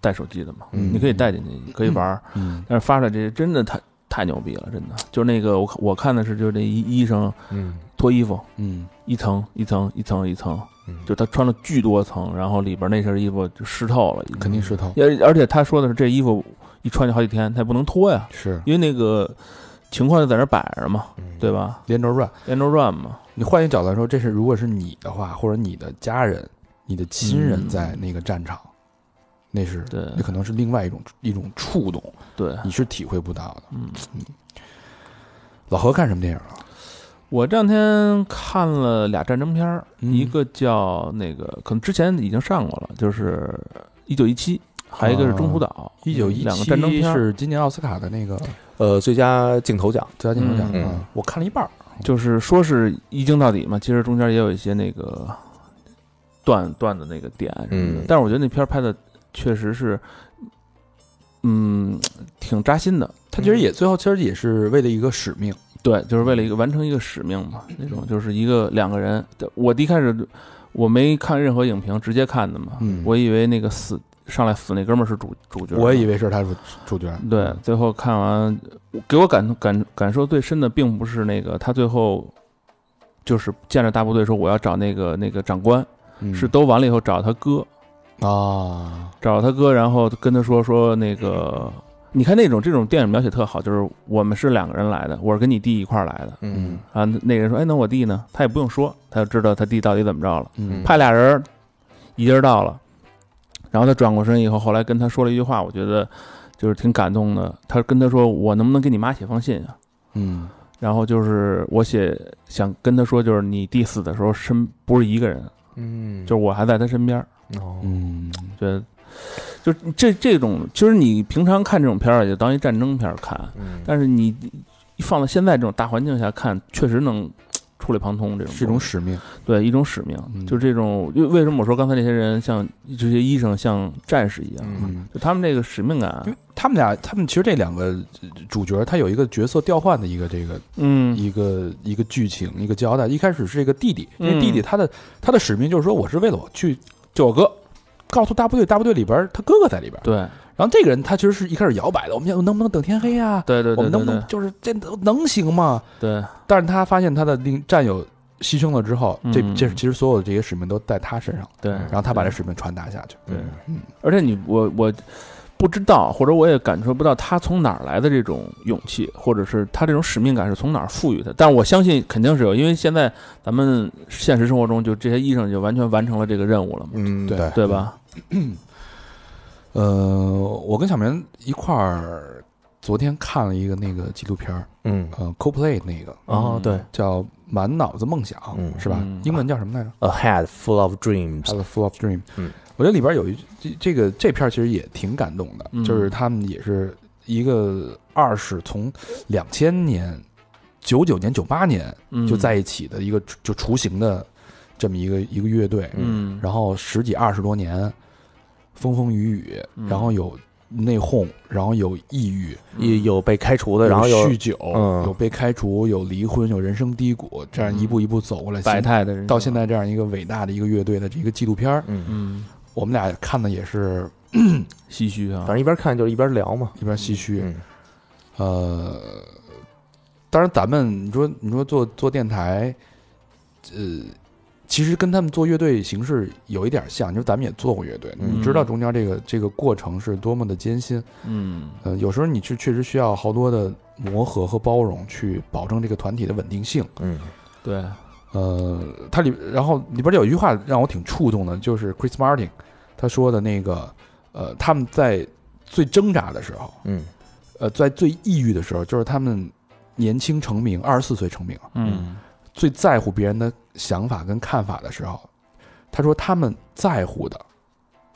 C: 带手机的嘛，
B: 嗯
C: 你可以带进去，可以玩儿，
A: 嗯
C: 但是发出来这些真的太太牛逼了，真的。就是那个我我看的是就是那医医生
B: 嗯
C: 脱衣服
A: 嗯
C: 一层一层一层一层，
B: 嗯，
C: 就他穿了巨多层，然后里边那身衣服就湿透了，已经
A: 肯定是头
C: 而而且他说的是这衣服一穿就好几天，他也不能脱呀，
A: 是
C: 因为那个情况就在那儿摆着嘛，
B: 嗯
C: 对吧？
A: 连轴转。
C: 连轴转嘛，
A: 你换一个角度来说，这是如果是你的话，或者你的家人、你的亲人
C: 嗯
A: 在那个战场，那是
C: 对
A: 那可能是另外一种一种触动，
C: 对，
A: 你是体会不到的。
C: 嗯。
A: 老何看什么电影啊了？
C: 我这两天看了俩战争片儿，
A: 嗯
C: 一个叫那个，可能之前已经上过了，就是《一九一七》，还有一个是《中途岛》
A: 啊一九一
C: 嗯两个
A: 七
C: 战争片儿，
A: 是今年奥斯卡的那个
B: 呃，最佳镜头奖，
A: 最佳金球奖
B: 嗯
A: 啊，我看了一半儿。
C: 就是说是一镜到底嘛，其实中间也有一些那个断断的那个点什么的，
B: 嗯
C: 但是我觉得那片儿拍的确实是，嗯，挺扎心的。
A: 他其实也最后其实也是为了一个使命，
C: 对，就是为了一个完成一个使命嘛，那种就是一个两个人。我一开始我没看任何影评，直接看的嘛，
A: 嗯
C: 我以为那个死上来死那哥们儿是主主角，
A: 我也以为是他主主角。
C: 对，最后看完，给我感感感受最深的，并不是那个他最后就是见着大部队说我要找那个那个长官，
A: 嗯
C: 是都完了以后找他哥，
A: 啊，
C: 找他哥，然后跟他说说那个，
A: 嗯
C: 你看那种这种电影描写特好，就是我们是两个人来的，我是跟你弟一块儿来的，
B: 嗯
C: 啊，那个人说，哎，那我弟呢？他也不用说，他就知道他弟到底怎么着了。
A: 嗯
C: 派俩人儿，一人到了，然后他转过身以后，后来跟他说了一句话，我觉得就是挺感动的。他跟他说：“我能不能给你妈写封信啊
A: 嗯？”
C: 然后就是我写想跟他说，就是你弟死的时候身不是一个人，
B: 嗯
C: 就是我还在他身边儿，
B: 哦
A: 嗯，
C: 觉得就这这种，其实你平常看这种片儿也就当一战争片儿看，
B: 嗯
C: 但是你放到现在这种大环境下看，确实能触类旁通这种
A: 是一
C: 东
A: 种
C: 西
A: 使命。
C: 对一种使命，
A: 嗯
C: 就这种。因为为什么我说刚才那些人像这些医生像战士一样，
B: 嗯
A: 嗯，
C: 就他们这个使命感啊
A: 因，为他们俩，他们其实这两个呃主角，他有一个角色调换的一个这个
C: 嗯，
A: 一个一个剧情一个交代。一开始是一个弟弟，因为
C: 嗯
A: 弟弟他的、他的使命就是说，我是为了我去救我哥，告诉大部队，大部队里边儿他哥哥在里边儿。
C: 对
A: 然后这个人他其实是一开始摇摆的，我们要能不能等天黑啊？
C: 对对
A: 我
C: 对
A: 们能
C: 对
A: 不
C: 对
A: 能就是这能行吗？
C: 对，
A: 但是他发现他的另战友牺牲了之后，这
C: 嗯
A: 这其实所有的这些使命都在他身上，
C: 对
A: 然后他把这使命传达下去。
C: 对
B: 嗯
C: 而且你我我不知道，或者我也感受不到他从哪儿来的这种勇气，或者是他这种使命感是从哪儿赋予的。但我相信肯定是有，因为现在咱们现实生活中就这些医生就完全完成了这个任务了嘛，
B: 嗯
A: 对
B: 对
C: 对吧？
A: 呃，我跟小明一块儿昨天看了一个那个纪录片儿，
D: 嗯
A: 呃，CoPlay 那个
D: 哦对
A: 叫《满脑子梦想》，
D: 嗯
A: 是吧
C: 嗯？
A: 英文叫什么来着？
D: ，A head full of dreams，
A: 还有 Full of Dream。
D: 嗯，
A: 我觉得里边有一这这个这片儿其实也挺感动的，
C: 嗯
A: 就是他们也是一个二世从两千年、九九年、九八年嗯
C: 嗯
A: 就在一起的一个就雏形的这么一个一个乐队，
C: 嗯，
A: 然后十几二十多年风风雨雨，
C: 嗯嗯
A: 然后有内讧，然后有抑郁，
D: 有有被开除的，然后
A: 有
D: 有
A: 酗酒，
D: 嗯
A: 有被开除，有离婚，有人生低谷，这样一步一步走过来，
C: 嗯百
A: 形
C: 态的人
A: 到现在这样一个伟大的一个乐队的这一个纪录片儿，
D: 嗯，
C: 嗯
A: 我们俩看的也是
C: 唏嘘啊
D: 反，正一边看就是一边聊嘛，
A: 一边唏嘘，
D: 嗯
A: 呃，当然咱们你说你说做做电台，呃，其实跟他们做乐队形式有一点像，就是咱们也做过乐队，
D: 嗯
A: 你知道中间这个这个过程是多么的艰辛，
C: 嗯
A: 呃，有时候你是确实需要好多的磨合和包容去保证这个团体的稳定性。
D: 嗯
C: 对，
A: 呃，它里然后里边有一句话让我挺触动的，就是 Chris Martin 他说的那个，呃，他们在最挣扎的时候，
D: 嗯
A: 呃，在最抑郁的时候，就是他们年轻成名，二十四岁成名，
C: 嗯
A: 最在乎别人的想法跟看法的时候，他说他们在乎的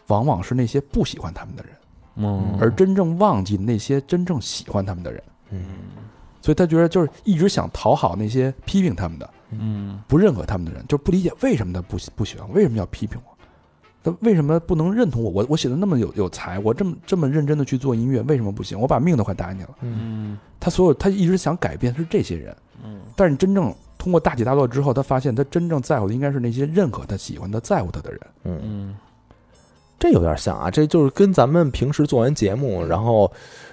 A: 往往是那些不喜欢他们的人，
C: 嗯，
A: 而真正忘记那些真正喜欢他们的人。
D: 嗯
A: 所以他觉得就是一直想讨好那些批评他们的、
C: 嗯
A: 不认可他们的人，就不理解为什么他不喜不喜欢，为什么要批评我，他为什么不能认同我？我我写的那么有有才，我这么这么认真的去做音乐，为什么不行？我把命都快搭进去了。
C: 嗯
A: 他所有他一直想改变是这些人，
C: 嗯
A: 但是你真正通过大起大落之后，他发现他真正在乎的应该是那些认可他、喜欢他、在乎他的人。
D: 嗯，
C: 嗯
D: 这有点像啊，这就是跟咱们平时做完节目，然后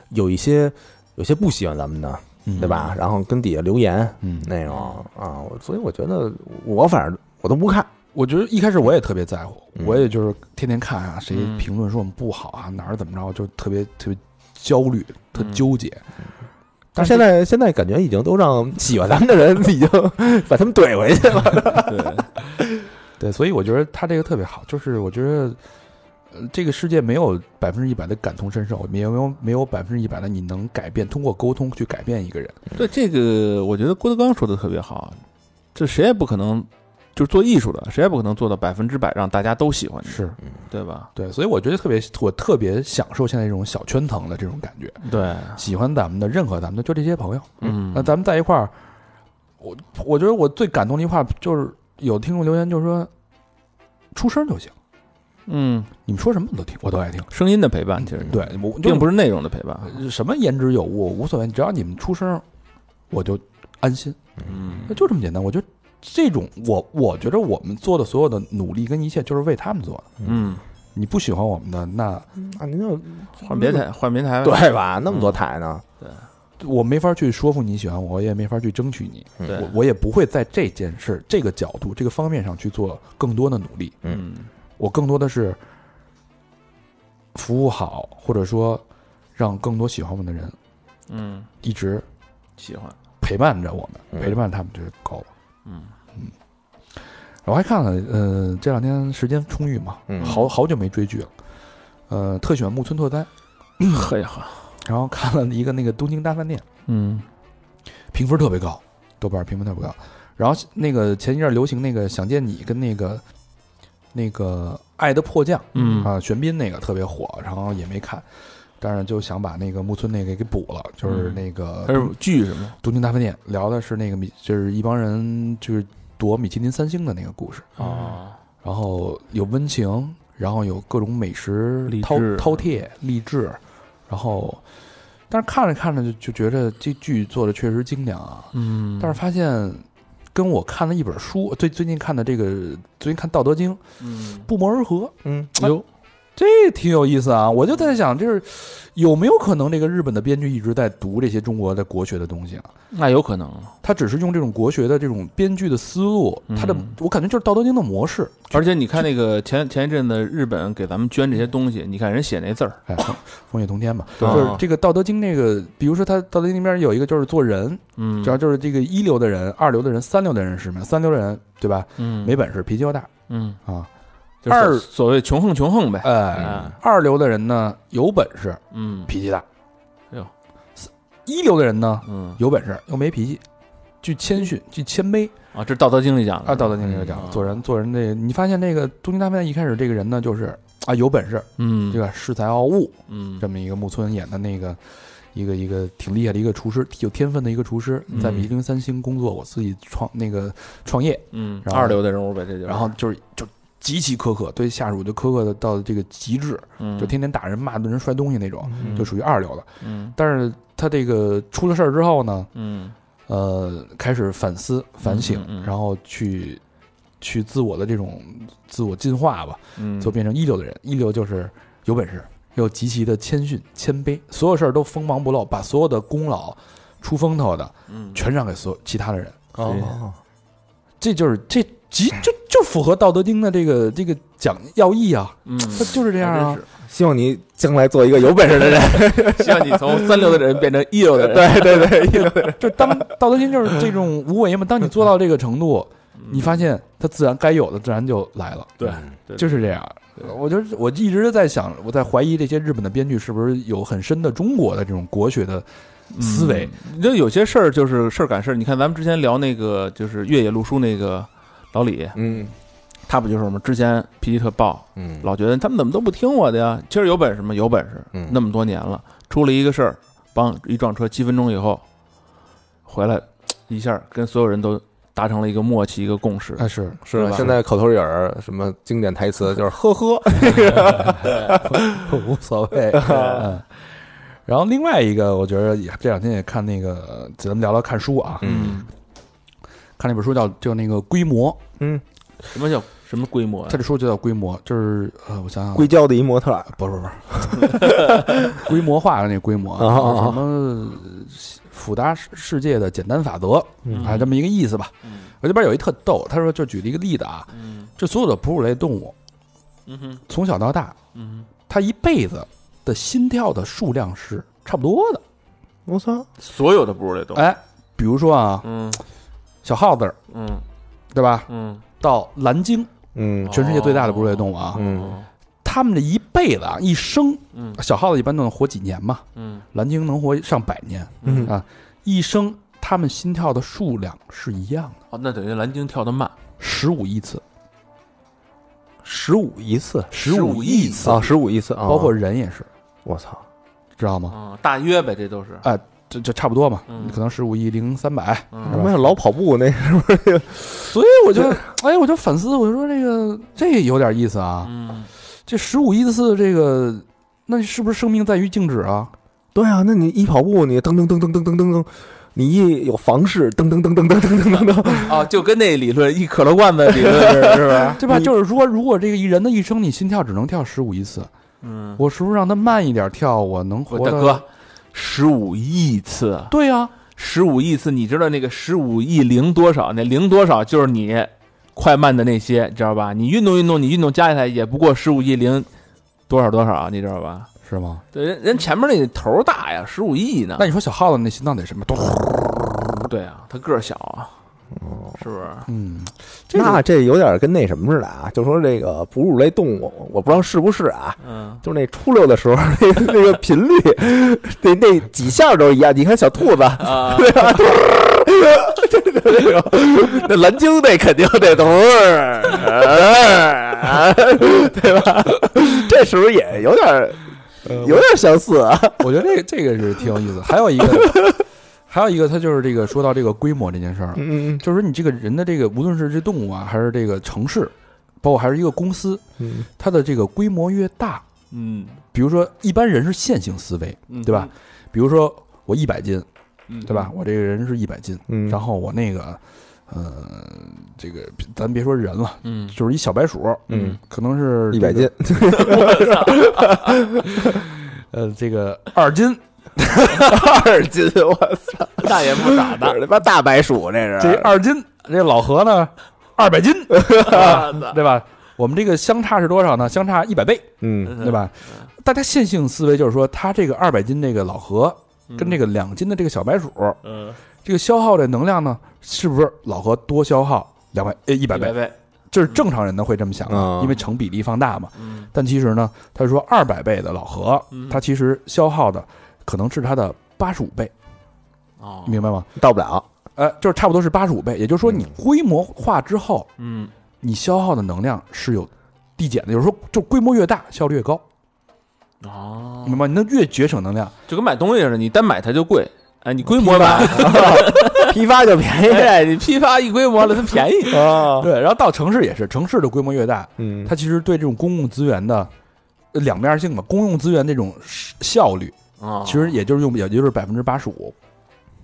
D: 有一些有些不喜欢咱们的，
A: 嗯
D: 对吧？然后跟底下留言
A: 嗯，
D: 那种啊，我所以我觉得我反正我都不看，
A: 我觉得一开始我也特别在乎，
D: 嗯
A: 我也就是天天看啊，谁
C: 嗯
A: 评论说我们不好啊，哪儿怎么着，就特别特别焦虑、特
C: 嗯
A: 纠结。
D: 但现在现在感觉已经都让喜欢咱们的人已经把他们怼回去了。
C: 对，
A: 对，所以我觉得他这个特别好，就是我觉得，呃，这个世界没有百分之一百的感同身受，也没有没有百分之一百的你能改变，通过沟通去改变一个人。
C: 对这个，我觉得郭德纲说的特别好，这谁也不可能，就是做艺术的，谁也不可能做到百分之百让大家都喜欢你，
A: 是
C: 对吧？
A: 对，所以我觉得特别，我特别享受现在这种小圈层的这种感觉，
C: 对，
A: 喜欢咱们的、认可咱们的就这些朋友。
C: 嗯，
A: 那咱们在一块儿，我我觉得我最感动的一句话就是有听众留言就是说，出声就行，
C: 嗯，
A: 你们说什么我都听，我都爱听。
C: 声音的陪伴，其实
A: 对，我就
C: 并不是内容的陪伴，
A: 什么言之有物无所谓，只要你们出声，我就安心，
C: 嗯
A: 就这么简单。我觉得这种我我觉得我们做的所有的努力跟一切就是为他们做的。
C: 嗯，
A: 你不喜欢我们的，那
D: 啊，您就嗯
C: 换别台，换别台吧，
D: 对吧？那么多台呢，
A: 我没法去说服你喜欢我，我也没法去争取你，
C: 对
A: 我，我也不会在这件事、这个角度、这个方面上去做更多的努力。
C: 嗯
A: 我更多的是服务好，或者说让更多喜欢我们的人
C: 嗯，
A: 一直
C: 喜欢，
A: 陪伴着我
D: 嗯
A: 们，陪伴他们就是够了。
C: 嗯
A: 我还看了，呃，这两天时间充裕嘛，
D: 嗯
A: 好好久没追剧了，呃，特喜欢木村拓哉，
C: 嘿哈，
A: 然后看了一个那个《东京大饭店》，
C: 嗯
A: 评分特别高，豆瓣评分特别高。然后那个前一阵流行那个《想见你》跟那个那个《爱的迫降》，
C: 嗯
A: 啊，玄彬那个特别火，然后也没看，但是就想把那个木村那个给补了，就是
C: 嗯
A: 那个
C: 它是剧是吗？
A: 《东京大饭店》，聊的是那个米，就是一帮人就是夺米其林三星的那个故事。
C: 哦，
A: 然后有温情，然后有各种美食
C: 励
A: 饕
C: 志
A: 饕餮、励志，然后，但是看着看着就就觉得这剧做的确实精良啊。
C: 嗯，
A: 但是发现，跟我看了一本书，最最近看的这个，最近看《道德经》
C: 嗯，
A: 不谋而合，
D: 嗯，
C: 哟，
A: 这挺有意思啊。我就在想，就是有没有可能这个日本的编剧一直在读这些中国的国学的东西啊？
C: 那有可能，
A: 他只是用这种国学的这种编剧的思路，他的
C: 嗯
A: 我感觉就是《道德经》的模式。
C: 而且你看那个前前一阵子日本给咱们捐这些东西，你看人写那字儿，
A: 哎，风风月同天嘛，
C: 对
A: 就是
D: 哦
A: 这个《道德经》那个，比如说他《道德经》里面有一个就是做人，
C: 嗯，
A: 主要就是这个一流的人、二流的人、三流的人是什么？三流的人对吧？
C: 嗯
A: 没本事，脾气又大
C: 嗯，
A: 啊。
C: 就是
A: 二
C: 所谓穷横穷横呗，
A: 哎，
C: 啊
A: 二流的人呢有本事，
C: 嗯
A: 脾气大
C: 哎呦。
A: 三一流的人呢，
C: 嗯
A: 有本事又没脾气，具谦逊，具谦卑
C: 啊，这是《道德经》里讲的
A: 啊。道德经里有
C: 嗯啊
A: 讲，做人做人这个，你发现这个东京大饭店一开始这个人呢，就是啊有本事，
C: 嗯，
A: 对吧？恃才傲物，
C: 嗯，
A: 这么一个木村演的那个一个一个挺厉害的一个厨师，有天分的一个厨师，在
C: 嗯
A: 米其林三星工作，我自己创那个创业，
C: 嗯，
A: 然后
C: 二流的人物呗，这就是。
A: 然后就是就极其苛刻，对下属就苛刻的到这个极致，
C: 嗯
A: 就天天打人、骂人、摔东西那种，
C: 嗯
D: 哦
A: 就属于二流的。
C: 嗯
A: 但是他这个出了事儿之后呢，
C: 嗯
A: 呃，开始反思、反省，
C: 嗯嗯嗯
A: 然后去去自我的这种自我进化吧，
C: 嗯，
A: 就变成一流的人。一流就是有本事，又极其的谦逊、谦卑，所有事儿都锋芒不露，把所有的功劳、出风头的
C: 嗯
A: 全让给所有其他的人。
D: 哦，
A: 这就是这极就就符合《道德经》的这个这个讲要义啊，
C: 嗯，
A: 它就是这样啊。
D: 希望你将来做一个有本事的人。
C: 还真是，希望你从三流的人变成一流的人。对，
A: 就当《道德经》就是这种无为嘛，当你做到这个程度，
C: 嗯
A: 你发现它自然该有的自然就来了。
C: 对对
A: 就是这样。呃我就是我一直在想，我在怀疑这些日本的编剧是不是有很深的中国的这种国学的思维。
C: 你嗯就有些事儿就是事儿赶事儿。你看咱们之前聊那个就是越野路书那个老李，
D: 嗯
C: 他不就是我们之前脾气特暴，
D: 嗯
C: 老觉得他们怎么都不听我的呀？今儿有本事吗？有本事，
D: 嗯
C: 那么多年了，出了一个事儿，帮一撞车，七分钟以后回来，嘖一下跟所有人都达成了一个默契，一个共识。
A: 啊，是
D: 是吧
C: 吧
D: 现在口头语儿什么经典台词就是呵呵，
A: 无所 谓。嗯，然后另外一个，我觉得也这两天也看那个，咱们聊聊看书啊，
D: 嗯
A: 看那本书叫叫那个《规模
D: 嗯，
C: 什么叫什么规模》，
A: 他
C: 呀？
A: 这书就叫《规模》，就是呃，我想想啊，
B: 硅胶的一模特儿，
A: 不是不是不是 规模化的那规模，
D: 啊啊啊
A: 什么复杂世界的简单法则
C: 嗯
A: 啊，这么一个意思吧。
C: 嗯
A: 我这边有一特逗，他说就举了一个例子啊，
C: 嗯
A: 这所有的哺乳类动物
C: 嗯哼
A: 从小到大，
C: 嗯
A: 它一辈子的心跳的数量是差不多的。
B: 我操，
C: 哼，所有的哺乳类动物，
A: 哎，比如说啊，
C: 嗯
A: 小耗子儿，
C: 嗯
A: 对吧？
C: 嗯，
A: 到蓝鲸，
C: 哦
D: 嗯
A: 全世界最大的哺乳类动物啊，
D: 嗯
A: 它们这一辈子啊，一生，
C: 嗯
A: 小耗子一般都能活几年嘛，
C: 嗯
A: 蓝鲸能活上百年，
B: 嗯
A: 啊一生它们心跳的数量是一样的，
C: 哦，那等于蓝鲸跳得慢，
A: 十五亿次，
D: 十五一次
A: 十
C: 15
A: 亿
C: 亿
A: 次哦
D: 啊，，十五一次啊，
A: 包括人也是，
D: 我操，
A: 知道吗？
C: 嗯，大约呗，这都是，
A: 这这差不多嘛
C: 嗯，
A: 可能十五亿零三百，
D: 他
C: 嗯
D: 妈像老跑步那
A: 所以我就，哎，我就反思，我就说这个这有点意思啊，
C: 嗯
A: 这十五亿次这个，那是不是生命在于静止啊？
B: 对啊，那你一跑步，你噔噔噔噔噔噔噔噔，你一有房事，噔噔噔噔噔噔噔噔噔，
C: 哦，就跟那理论一可乐罐子理论似的，是 吧？
A: 对吧？
B: 你
A: 就是说，如果这个一人的一生，你心跳只能跳十五亿次，
C: 嗯，
A: 我是不是让他慢一点跳，我能活
C: 我大
A: 得？
C: 哥，十五亿次，啊
A: 对啊呀、
C: 十五亿次，你知道那个十五亿零多少？那零多少就是你快慢的那些，知道吧？你运动运动，你运动加起来也不过十五亿零多少多少，你知道吧？
A: 是吗？
C: 对，人人前面那头儿大呀，十五亿呢
A: 那。你说小耗子那心脏得什么？咚，
C: 对啊，他个儿小啊，是不是？
A: 嗯，这
D: 那这有点跟那什么似的啊，就说这个哺乳类动物，我不知道是不是啊，
C: 嗯，
D: 就是那出溜的时候那个那个频率， 那那几下都一样。你看小兔子，
C: 啊，
D: 那蓝鲸那肯定得都是，哎对吧？这是不是也有点有点相似啊？
A: 我觉得这个这个是挺有意思。还有一个， 还有一个，他就是这个说到这个规模这件事儿，
D: 嗯
A: 就是你这个人的这个，无论是这动物啊，还是这个城市，包括还是一个公司，
D: 嗯
A: 它的这个规模越大，
C: 嗯，
A: 比如说一般人是线性思维，
C: 嗯
A: 对吧？？比如说我一百斤，
C: 嗯
A: 对吧？？我这个人是一百斤，
D: 嗯
A: 然后我那个，呃，这个咱别说人了，
C: 嗯，
A: 就是一小白鼠，
D: 嗯，
A: 可能是
D: 一百斤，
A: 这个，呃，这个二 斤，
D: 二斤，我操，
C: 大爷不咋的，
D: 这他妈大白鼠这是，
A: 这二斤，这老何呢，二百斤， 对吧？我们这个相差是多少呢？相差一百倍，
D: 嗯
A: 对吧？大家线性思维就是说，他这个二百斤这个老何
C: 嗯？
A: 跟这个两斤的这个小白鼠，
C: 嗯，
A: 这个消耗的能量呢，是不是老何多消耗两百呃一
C: 一
A: 百倍？
C: 倍，
A: 这是正常人呢会这么想啊
D: 嗯
A: 的，因为成比例放大嘛。
C: 嗯
A: 但其实呢，他说二百倍的老何
C: 嗯，
A: 他其实消耗的可能是他的八十五倍，
C: 哦，
A: 明白吗？
B: 到不了。
A: 呃，就是差不多是八十五倍，也就是说你规模化之后，
C: 嗯，
A: 你消耗的能量是有递减的，就是说，就规模越大，效率越高，
C: 哦，
A: 明白吗？你能越节省能量，
C: 就跟买东西似的，你单买它就贵，哎，你规模吧，
E: 批发就便宜
C: 哎，你批发一规模了，它便宜，
E: 啊，
A: 哦对。然后到城市也是，城市的规模越大，
B: 嗯，
A: 它其实对这种公共资源的呃两面性嘛，公用资源这种效率，
C: 啊
A: 其实也就是用，也就是百分之八十五，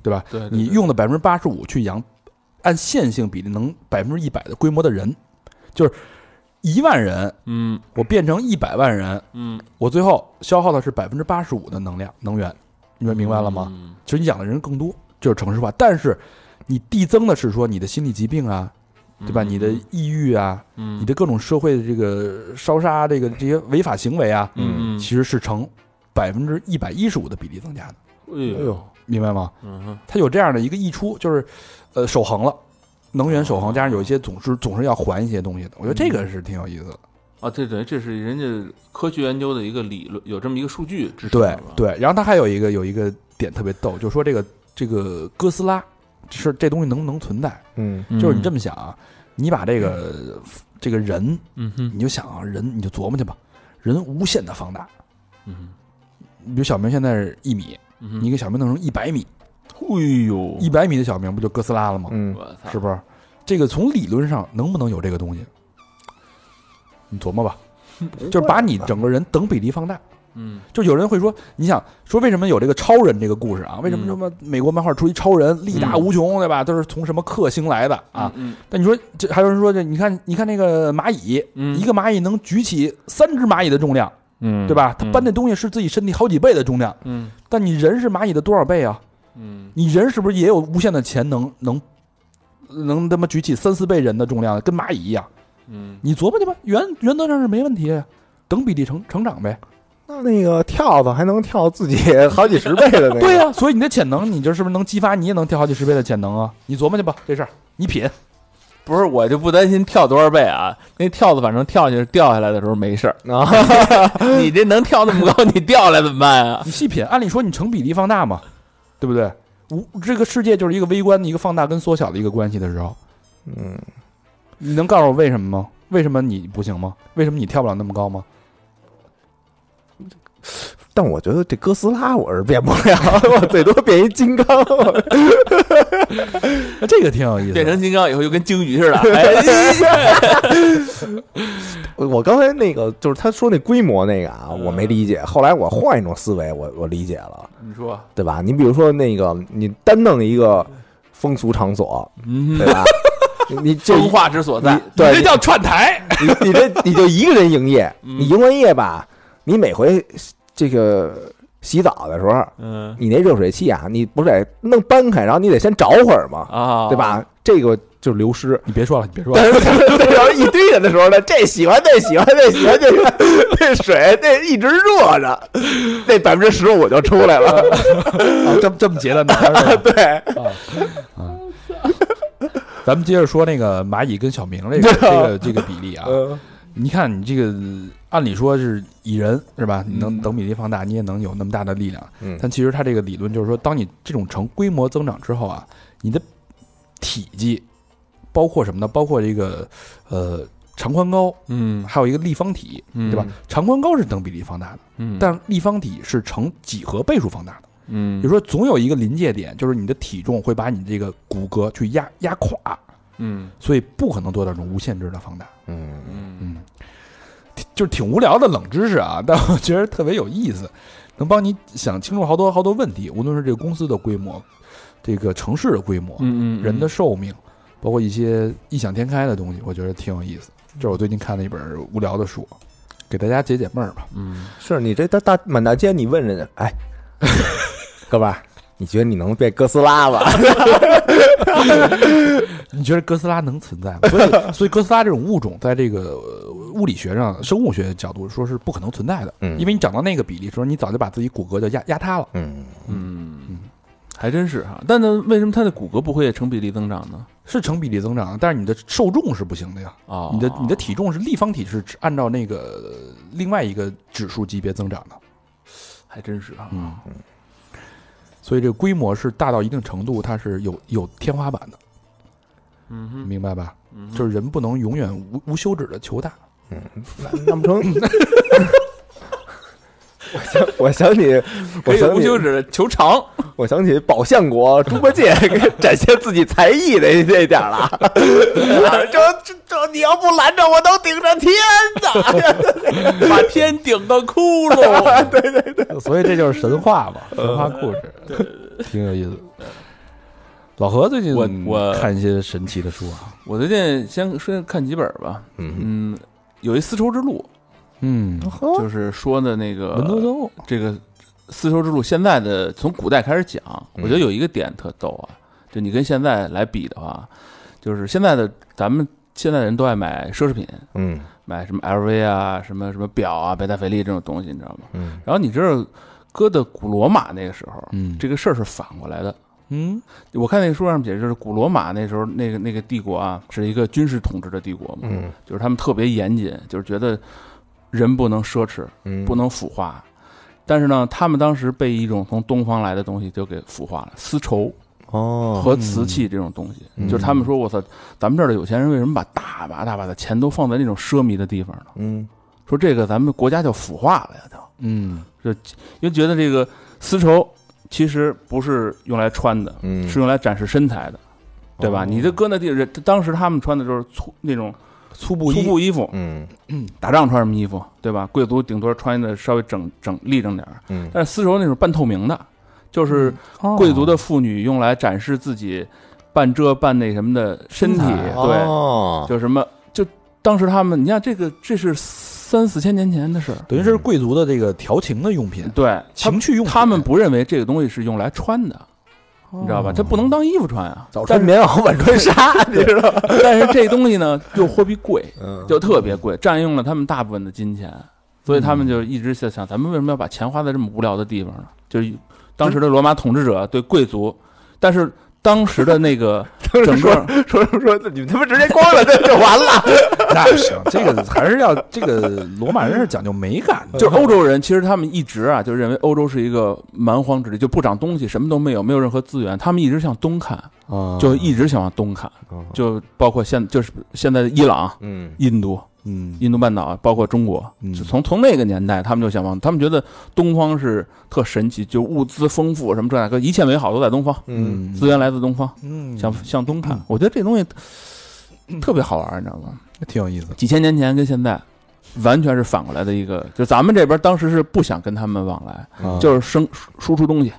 A: 对吧？
C: 对，对
A: 你
C: 对
A: 用的百分之八十五去养，按线性比例能百分之一百的规模的人，就是一万人，
C: 嗯
A: 我变成一百万人，
C: 嗯，
A: 我最后消耗的是百分之八十五的能量能源，你们明白了吗？
C: 嗯？
A: 其实你养的人更多，就是城市化，但是你递增的是说你的心理疾病啊，对吧？
C: 嗯
A: 你的抑郁啊，
C: 嗯，
A: 你的各种社会的这个烧杀这个这些违法行为啊，
C: 嗯，嗯，
A: 其实是呈百分之一百一十五的比例增加的，
C: 哎呦，
A: 明白吗？
C: 嗯哼，
A: 它有这样的一个溢出，就是呃守恒了，能源
C: 哦
A: 守恒，加上有一些总是总是要还一些东西的，我觉得这个是挺有意思的。
C: 啊，对对，这是人家科学研究的一个理论，有这么一个数据支持，
A: 对，对，然后它还有一个有一个点特别逗，就说这个这个哥斯拉是这东西能不能存在？
B: 嗯
A: 就是你这
C: 么，
A: 么想啊，你把这个这个人，
C: 嗯哼，
A: 你就想啊人，你就琢磨去吧，人无限的放大，
C: 嗯
A: 比如小明现在是一米，
C: 嗯哼，
A: 你给小明弄成一百米，
C: 哎呦，
A: 一百米的小明不就哥斯拉了吗？
B: 嗯，
C: 我操，
A: 是不是？这个从理论上能不能有这个东西？你琢磨吧，就是把你整个人等比例放大。
C: 嗯
A: 就有人会说，你想说为什么有这个超人这个故事啊？为什么
C: 嗯
A: 这么美国漫画出一超人力大无穷，对吧？都是从什么克星来的啊？，
C: 嗯
A: 但你说这还有人说这，你看你看那个蚂蚁，
C: 嗯，
A: 一个蚂蚁能举起三只蚂蚁的重量，
C: 嗯，
A: 对吧？它
C: 嗯
A: 搬那，东西是自己身体好几倍的重量，
C: 嗯
A: 但你人是蚂蚁的多少倍啊？
C: 嗯
A: 你人是不是也有无限的潜能，能能他妈举起三四倍人的重量，跟蚂蚁一样？
C: 嗯，
A: 你琢磨去吧，原原则上是没问题，等比例成成长呗。
B: 那那个跳蚤还能跳自己好几十倍的那个，
A: 对呀、所以你的潜能，你这是不是能激发你也能跳好几十倍的潜能啊？你琢磨去吧，这事儿你品。
C: 不是，我就不担心跳多少倍啊，那跳子反正跳下掉下来的时候没 事儿，
B: 啊，
C: 你这能跳那么高，你掉下来怎么办 啊？
A: 你细品，按理说你成比例放大嘛，对不对？无这个世界就是一个微观的一个放大跟缩小的一个关系的时候，
B: 嗯，
A: 你能告诉我为什么吗？为什么你不行吗？为什么你跳不了那么高吗？
B: 但我觉得这哥斯拉我是变不了， 我最多变一金刚。
A: 那哎这个挺有意思的，
C: 变成金刚以后就跟鲸鱼似的， 哎，
B: 我刚才那个就是他说那规模那个啊，
C: 嗯
B: 我没理解。后来我换一种思维，我我理解了，
C: 你说，
B: 对吧？你比如说那个，你单弄一个风俗场所，
C: 嗯
B: 对，吧？你你就
C: 文化之所在
B: 你，对
C: 你这叫串台，
B: 你你这你就一个人营业，
C: 嗯
B: 你营完业吧，你每回这个洗澡的时候，
C: 嗯
B: 你那热水器啊，你不是得弄搬开，然后你得先找会儿嘛，
A: 哦
C: 啊，
B: 对？吧？这个就 流失。
A: 你别说了，你别说了
B: 但。是这时候一堆人的时候呢，这喜欢那喜欢那喜欢这个这水这一直热着，那百分之十五就出 来了。
A: 啊，这么这么 结的呢？是吧
B: 对，
A: 啊啊！咱们接着说那个蚂蚁跟小明这个这个这个比例啊，
B: 嗯
A: 你看你这个按理说是蚁人是吧？你能
C: 嗯
A: 等比例放大，你也能有那么大的力量，
B: 嗯
A: 但其实它这个理论就是说，当你这种成规模增长之后啊，你的体积包括什么呢？包括这个呃长宽高，
C: 嗯，
A: 还有一个立方体，
C: 对
A: 对吧？？长宽高是等比例放大的，
C: 嗯，
A: 但立方体是成几何倍数放大的。
C: 嗯，
A: 比如
C: 说，
A: 说总有一个临界点，就是你的体重会把你这个骨骼去压压垮，
C: 嗯
A: 所以不可能做到这种无限制的放大。
B: 嗯
C: 嗯
A: 嗯，挺就是挺无聊的冷知识啊， 但我觉得特别有意思，能帮你想清楚好多好多问题，无论是这个公司的规模，这个城市的规模，
C: 嗯
A: 人的寿命，包括一些异想天开的东西，我觉得挺有意思。这是我最近看的一本无聊的书，给大家解解闷儿吧。
C: 嗯，
B: 是你这大大满大街，你问人家，哎， 哥们儿，你觉得你能变哥斯拉吗？
A: 你觉得哥斯拉能存在吗？ 所以，所以哥斯拉这种物种，在这个呃物理学上、生物学角度说是不可能存在的，
B: 嗯
A: 因为你长到那个比例的时候，你早就把自己骨骼就压压塌了。
B: 嗯，
C: 嗯，还真是哈。但那为什么他的骨骼不会也成比例增长呢？
A: 是成比例增长，但是你的受众是不行的呀。
C: 哦，
A: 你的你的体重是立方体是只按照那个呃另外一个指数级别增长的。
C: 还真是哈。
A: 嗯，所以这个规模是大到一定程度，它是有有天花板的，
C: 嗯哼，
A: 明白吧？
C: 嗯哼
A: 就是人不能永远无无休止的求大，
D: 那那不成？
B: 我想起，我
C: 可以
B: 想
C: 无
B: 起，
C: 休止的球长，
B: 我想起宝相国猪八戒 展现自己才艺的这点儿了。啊 这这这，你要不拦着我都顶上天呐！
C: 把天顶到窟窿。
A: 所以这就是神话 嘛，神
C: 呃
A: 话故事，挺有意思。老何最近
C: 我我
A: 看一些神奇的书啊，
C: 我最近先先看几本吧，
D: 嗯，
C: 嗯，有一丝绸之路，
A: 嗯，呃
B: 呵
C: 就是说的那个
A: 文绉绉，
C: 这个丝绸之路现在的从古代开始讲，我觉得有一个点特逗啊，就你跟现在来比的话，就是现在的咱们现在人都爱买奢侈品，
D: 嗯
C: 买什么 LV 啊，什么什么表啊，贝塔翡丽这种东西，你知道吗？
D: 嗯
C: 然后你知道，搁到古罗马那个时候，
A: 嗯
C: 这个事儿是反过来的。
A: 嗯
C: 我看那个书上写，就是古罗马那时候那个那个帝国啊，是一个军事统治的帝国嘛，
D: 嗯
C: 就是他们特别严谨，就是觉得人不能奢侈，
D: 嗯，
C: 不能腐化。但是呢，他们当时被一种从东方来的东西就给腐化了，丝绸
D: 哦，
C: 和瓷器这种东西。
D: 嗯
C: 就是他们说，我操，咱们这儿的有钱人为什么把大把大把的钱都放在那种奢靡的地方呢？
D: 嗯
C: 说这个咱们国家就腐化了呀，就
A: 嗯
C: 因为觉得这个丝绸其实不是用来穿的，
D: 嗯
C: 是用来展示身材的，对吧？
D: 哦
C: 你这搁那地人，当时他们穿的就是粗那种
A: 粗布
C: 粗
A: 衣，
C: 布衣服，
D: 嗯
C: 打仗穿什么衣服，对吧？贵族顶多穿的稍微整整立正点儿，
D: 嗯
C: 但是丝绸那种半透明的，就是
A: 嗯哦
C: 贵
A: 啊
C: 族的妇女用来展示自己半遮半那什么的身体，
A: 身材
C: 对，
D: 哦，
C: 就什么就当时他们，你看这个这是三四千年前的事儿，
A: 等于是贵族的这个调情的用品，
C: 对，嗯他
A: 情趣用品
C: 他们不认为这个东西是用来穿的，
A: 哦
C: 你知道吧？它不能当衣服穿啊。
B: 早穿棉袄，晚穿 纱，你知道吗？
C: 但是这东西呢，又货币贵，
D: 嗯
C: 就特别贵，占用了他们大部分的金钱，所以他
B: 嗯
C: 们就一直在想，咱们为什么要把钱花在这么无聊的地方呢？就是当时的罗马统治者对贵族，但是当时的 那个整个
B: 说说说，你们他妈直接光了，这就完了。
A: 那不行，这个还是要这个罗马人是讲究美感的，
C: 就是欧洲人，其实他们一直啊就认为欧洲是一个蛮荒之地，就不长东西，什么都没有，没有任何资源，他们一直向东看，
B: 哦
A: 啊
C: 就一直想往东看，就包括现就是现在的伊朗、
D: 嗯
C: 印度、
A: 嗯
C: 印度半岛，啊包括中国，
A: 嗯
C: 就从从那个年代，他们就想往，他们觉得东方是特神奇，就物资丰富，什么这那个，一切美好都在东方，
D: 嗯
C: 资源来自东方，
A: 嗯
C: 向向东看。我觉得这东西呃特别好玩，你知道吗？
A: 挺有意思，
C: 几千年前跟现在完全是反过来的一个，就咱们这边当时是不想跟他们往来，
D: 嗯
A: 啊
C: 就是生输输出东西，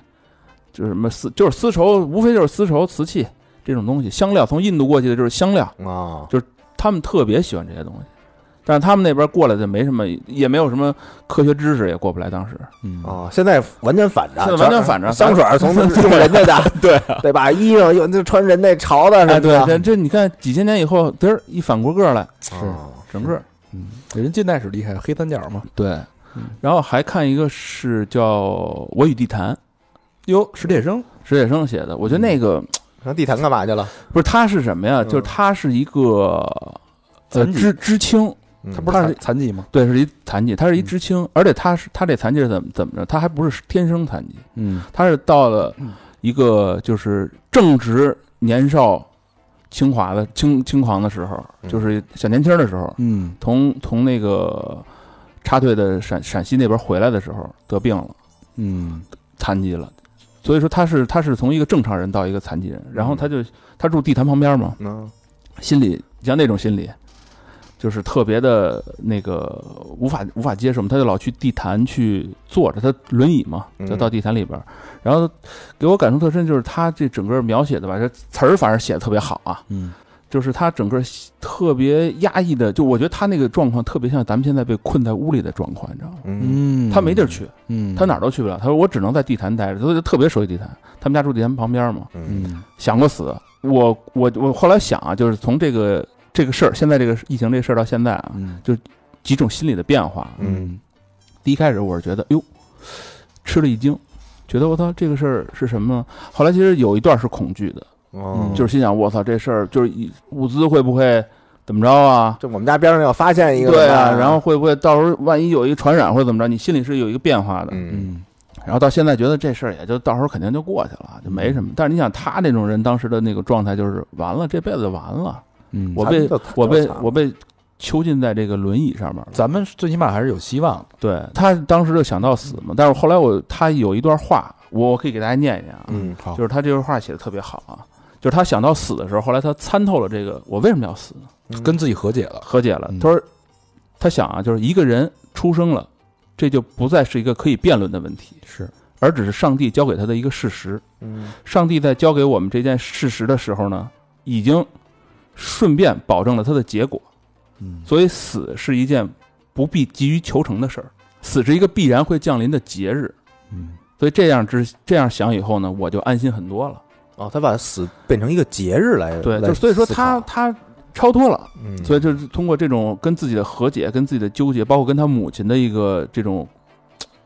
C: 就是什么丝，就是丝绸，无非就是丝绸、瓷器这种东西，香料从印度过去的就是香料，
D: 啊，
C: 他们特别喜欢这些东西，但是他们那边过来就没什么，也没有什么科学知识，也过不来。当时
A: 嗯
B: 啊
D: 哦，现在完全反着，
C: 现在完全反着
D: 香水儿从用人家 的，对对吧？衣裳用就穿人家潮的什
C: 哎，
D: 么
C: 对，
D: 的，
C: 这这你看几千年以后，嘚儿一反过个来，
D: 哦
C: 整个
A: 嗯，人近代史厉害，黑三角嘛，
C: 对
A: 嗯。
C: 然后还看一个是叫《我与地坛》，
A: 哟，史铁生，
C: 史铁生写的，我觉得那个
D: 上地坛干嘛去了？
C: 不是他是什么呀？
D: 嗯
C: 就是他是一个呃
A: 残疾
C: 知知青，嗯
D: 嗯
A: 他不是残残疾吗？
C: 对，是一残疾，他是一知青，而且他是他这残疾是怎么怎么着？他还不是天生残疾，
A: 嗯
C: 他是到了一个就是正值年少轻华的轻轻狂的时候，
D: 嗯
C: 就是小年轻的时候，
A: 嗯
C: 从从那个插队的陕陕西那边回来的时候得病了，
A: 嗯
C: 残疾了。所以说他是他是从一个正常人到一个残疾人，然后他就他住地坛旁边嘛，
D: 嗯
C: 心里你像那种心理，就是特别的那个无法无法接受嘛，他就老去地坛去坐着，他轮椅嘛，
D: 嗯
C: 就到地坛里边儿。然后给我感触特深，就是他这整个描写的吧，这词儿反正写的特别好啊，
A: 嗯
C: 就是他整个特别压抑的，就我觉得他那个状况特别像咱们现在被困在屋里的状况，你知道吗？
D: 嗯
A: 嗯
C: 他没地儿，去，
A: 嗯，
C: 他哪儿都去不了。他说我只能在地坛待着，他就特别熟悉地坛。他们家住地坛旁边嘛，
D: 嗯
A: 嗯
C: 想过死。我我我后来想啊，就是从这个这个事儿，现在这个疫情这事儿到现在啊，
A: 嗯
C: 几种心理的变化。
A: 嗯
C: 第一开始我是觉得，哟，吃了一惊，觉得我操这个事儿是什么呢？后来其实有一段是恐惧的，
D: 哦，
C: 就是心想我操这事儿就是一物资会不会怎么着啊？
D: 就我们家边上要发现一个
C: 对啊
D: 什么
C: 啊，然后会不会到时候万一有一传染或者怎么着，你心里是有一个变化的。
D: 嗯
A: 嗯
C: 然后到现在觉得这事儿也就到时候肯定就过去了，就没什么。但是你想他那种人当时的那个状态就是完了，这辈子就完了，
A: 嗯
C: 我
D: 他
C: 被
D: 们就
C: 我被
D: 他们就
C: 我被囚禁在这个轮椅上面了。
A: 咱们最起码还是有希望的。
C: 对他当时就想到死嘛，但是后来我他有一段话，我我可以给大家念一念啊，
D: 嗯，
A: 好
C: 就是他这段话写的特别好啊，就是他想到死的时候，后来他参透了这个我为什么要死呢？
D: 嗯
A: 跟自己和解了。
C: 和解了
A: 嗯。
C: 他说，他想啊，就是一个人出生了，这就不再是一个可以辩论的问题，
A: 是，
C: 而只是上帝交给他的一个事实。
D: 嗯
C: 上帝在交给我们这件事实的时候呢，已经顺便保证了他的结果，
A: 嗯，
C: 所以死是一件不必急于求成的事儿，死是一个必然会降临的节日。
A: 嗯，
C: 所以这样之这样想以后呢，我就安心很多了。
D: 哦，他把死变成一个节日来
C: 对，
D: 来
C: 就所以说
D: 思
C: 他
D: 考
C: 他超脱了，
D: 嗯，
C: 所以就是通过这种跟自己的和解、跟自己的纠结，包括跟他母亲的一个这种，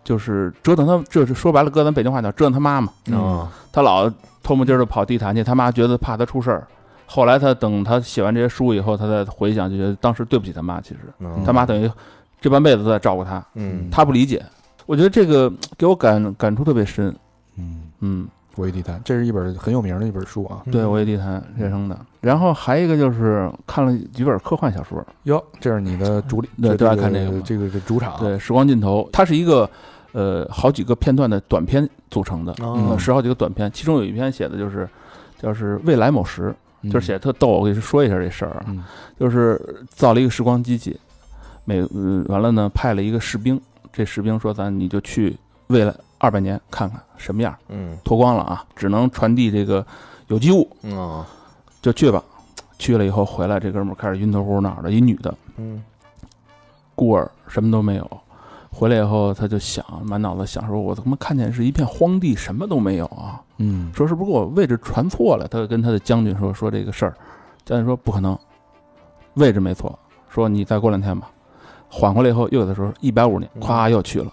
C: 就是折腾他，这是说白了，搁咱北京话叫折腾他妈嘛。
D: 嗯
C: 他老偷摸劲儿的跑地坛去，他妈觉得怕他出事儿。后来他等他写完这些书以后，他再回想，就觉得当时对不起他妈。其实
D: 嗯
C: 他妈等于这半辈子都在照顾他，
D: 嗯
C: 他不理解。我觉得这个给我感感触特别深。
A: 嗯，
C: 嗯，
A: 国语地坛，这是一本很有名的一本书啊。
C: 对，
D: 嗯
C: 我也地坛学生的。然后还一个就是看了几本科幻小说，
A: 哟，这是你的主理，
C: 对
A: 这
C: 都
A: 个
C: 爱看这个嘛
A: 这个这主场。
C: 对，《时光尽头》，它是一个呃好几个片段的短片组成的，
D: 哦
C: 呃十好几个短片，其中有一篇写的就是就是未来某时，
A: 嗯，
C: 就是写的特逗，我给你说一下这事儿啊，
A: 嗯
C: 就是造了一个时光机器，每呃完了呢派了一个士兵，这士兵说咱你就去未来二百年看看什么样，
D: 嗯
C: 脱光了啊，只能传递这个有机物，
D: 嗯哦
C: 就去吧。去了以后回来，这哥们儿开始晕头乎脑的，一女的，
D: 嗯
C: 孤儿，什么都没有。回来以后，他就想，满脑子想说：“我他妈看见是一片荒地，什么都没有啊！
A: 嗯
C: 说是不是给我位置传错了？”他就跟他的将军说：“说这个事儿。”将军说：“不可能，位置没错。”说：“你再过两天吧。”缓过来以后，又给他说一百五年，咵又去了。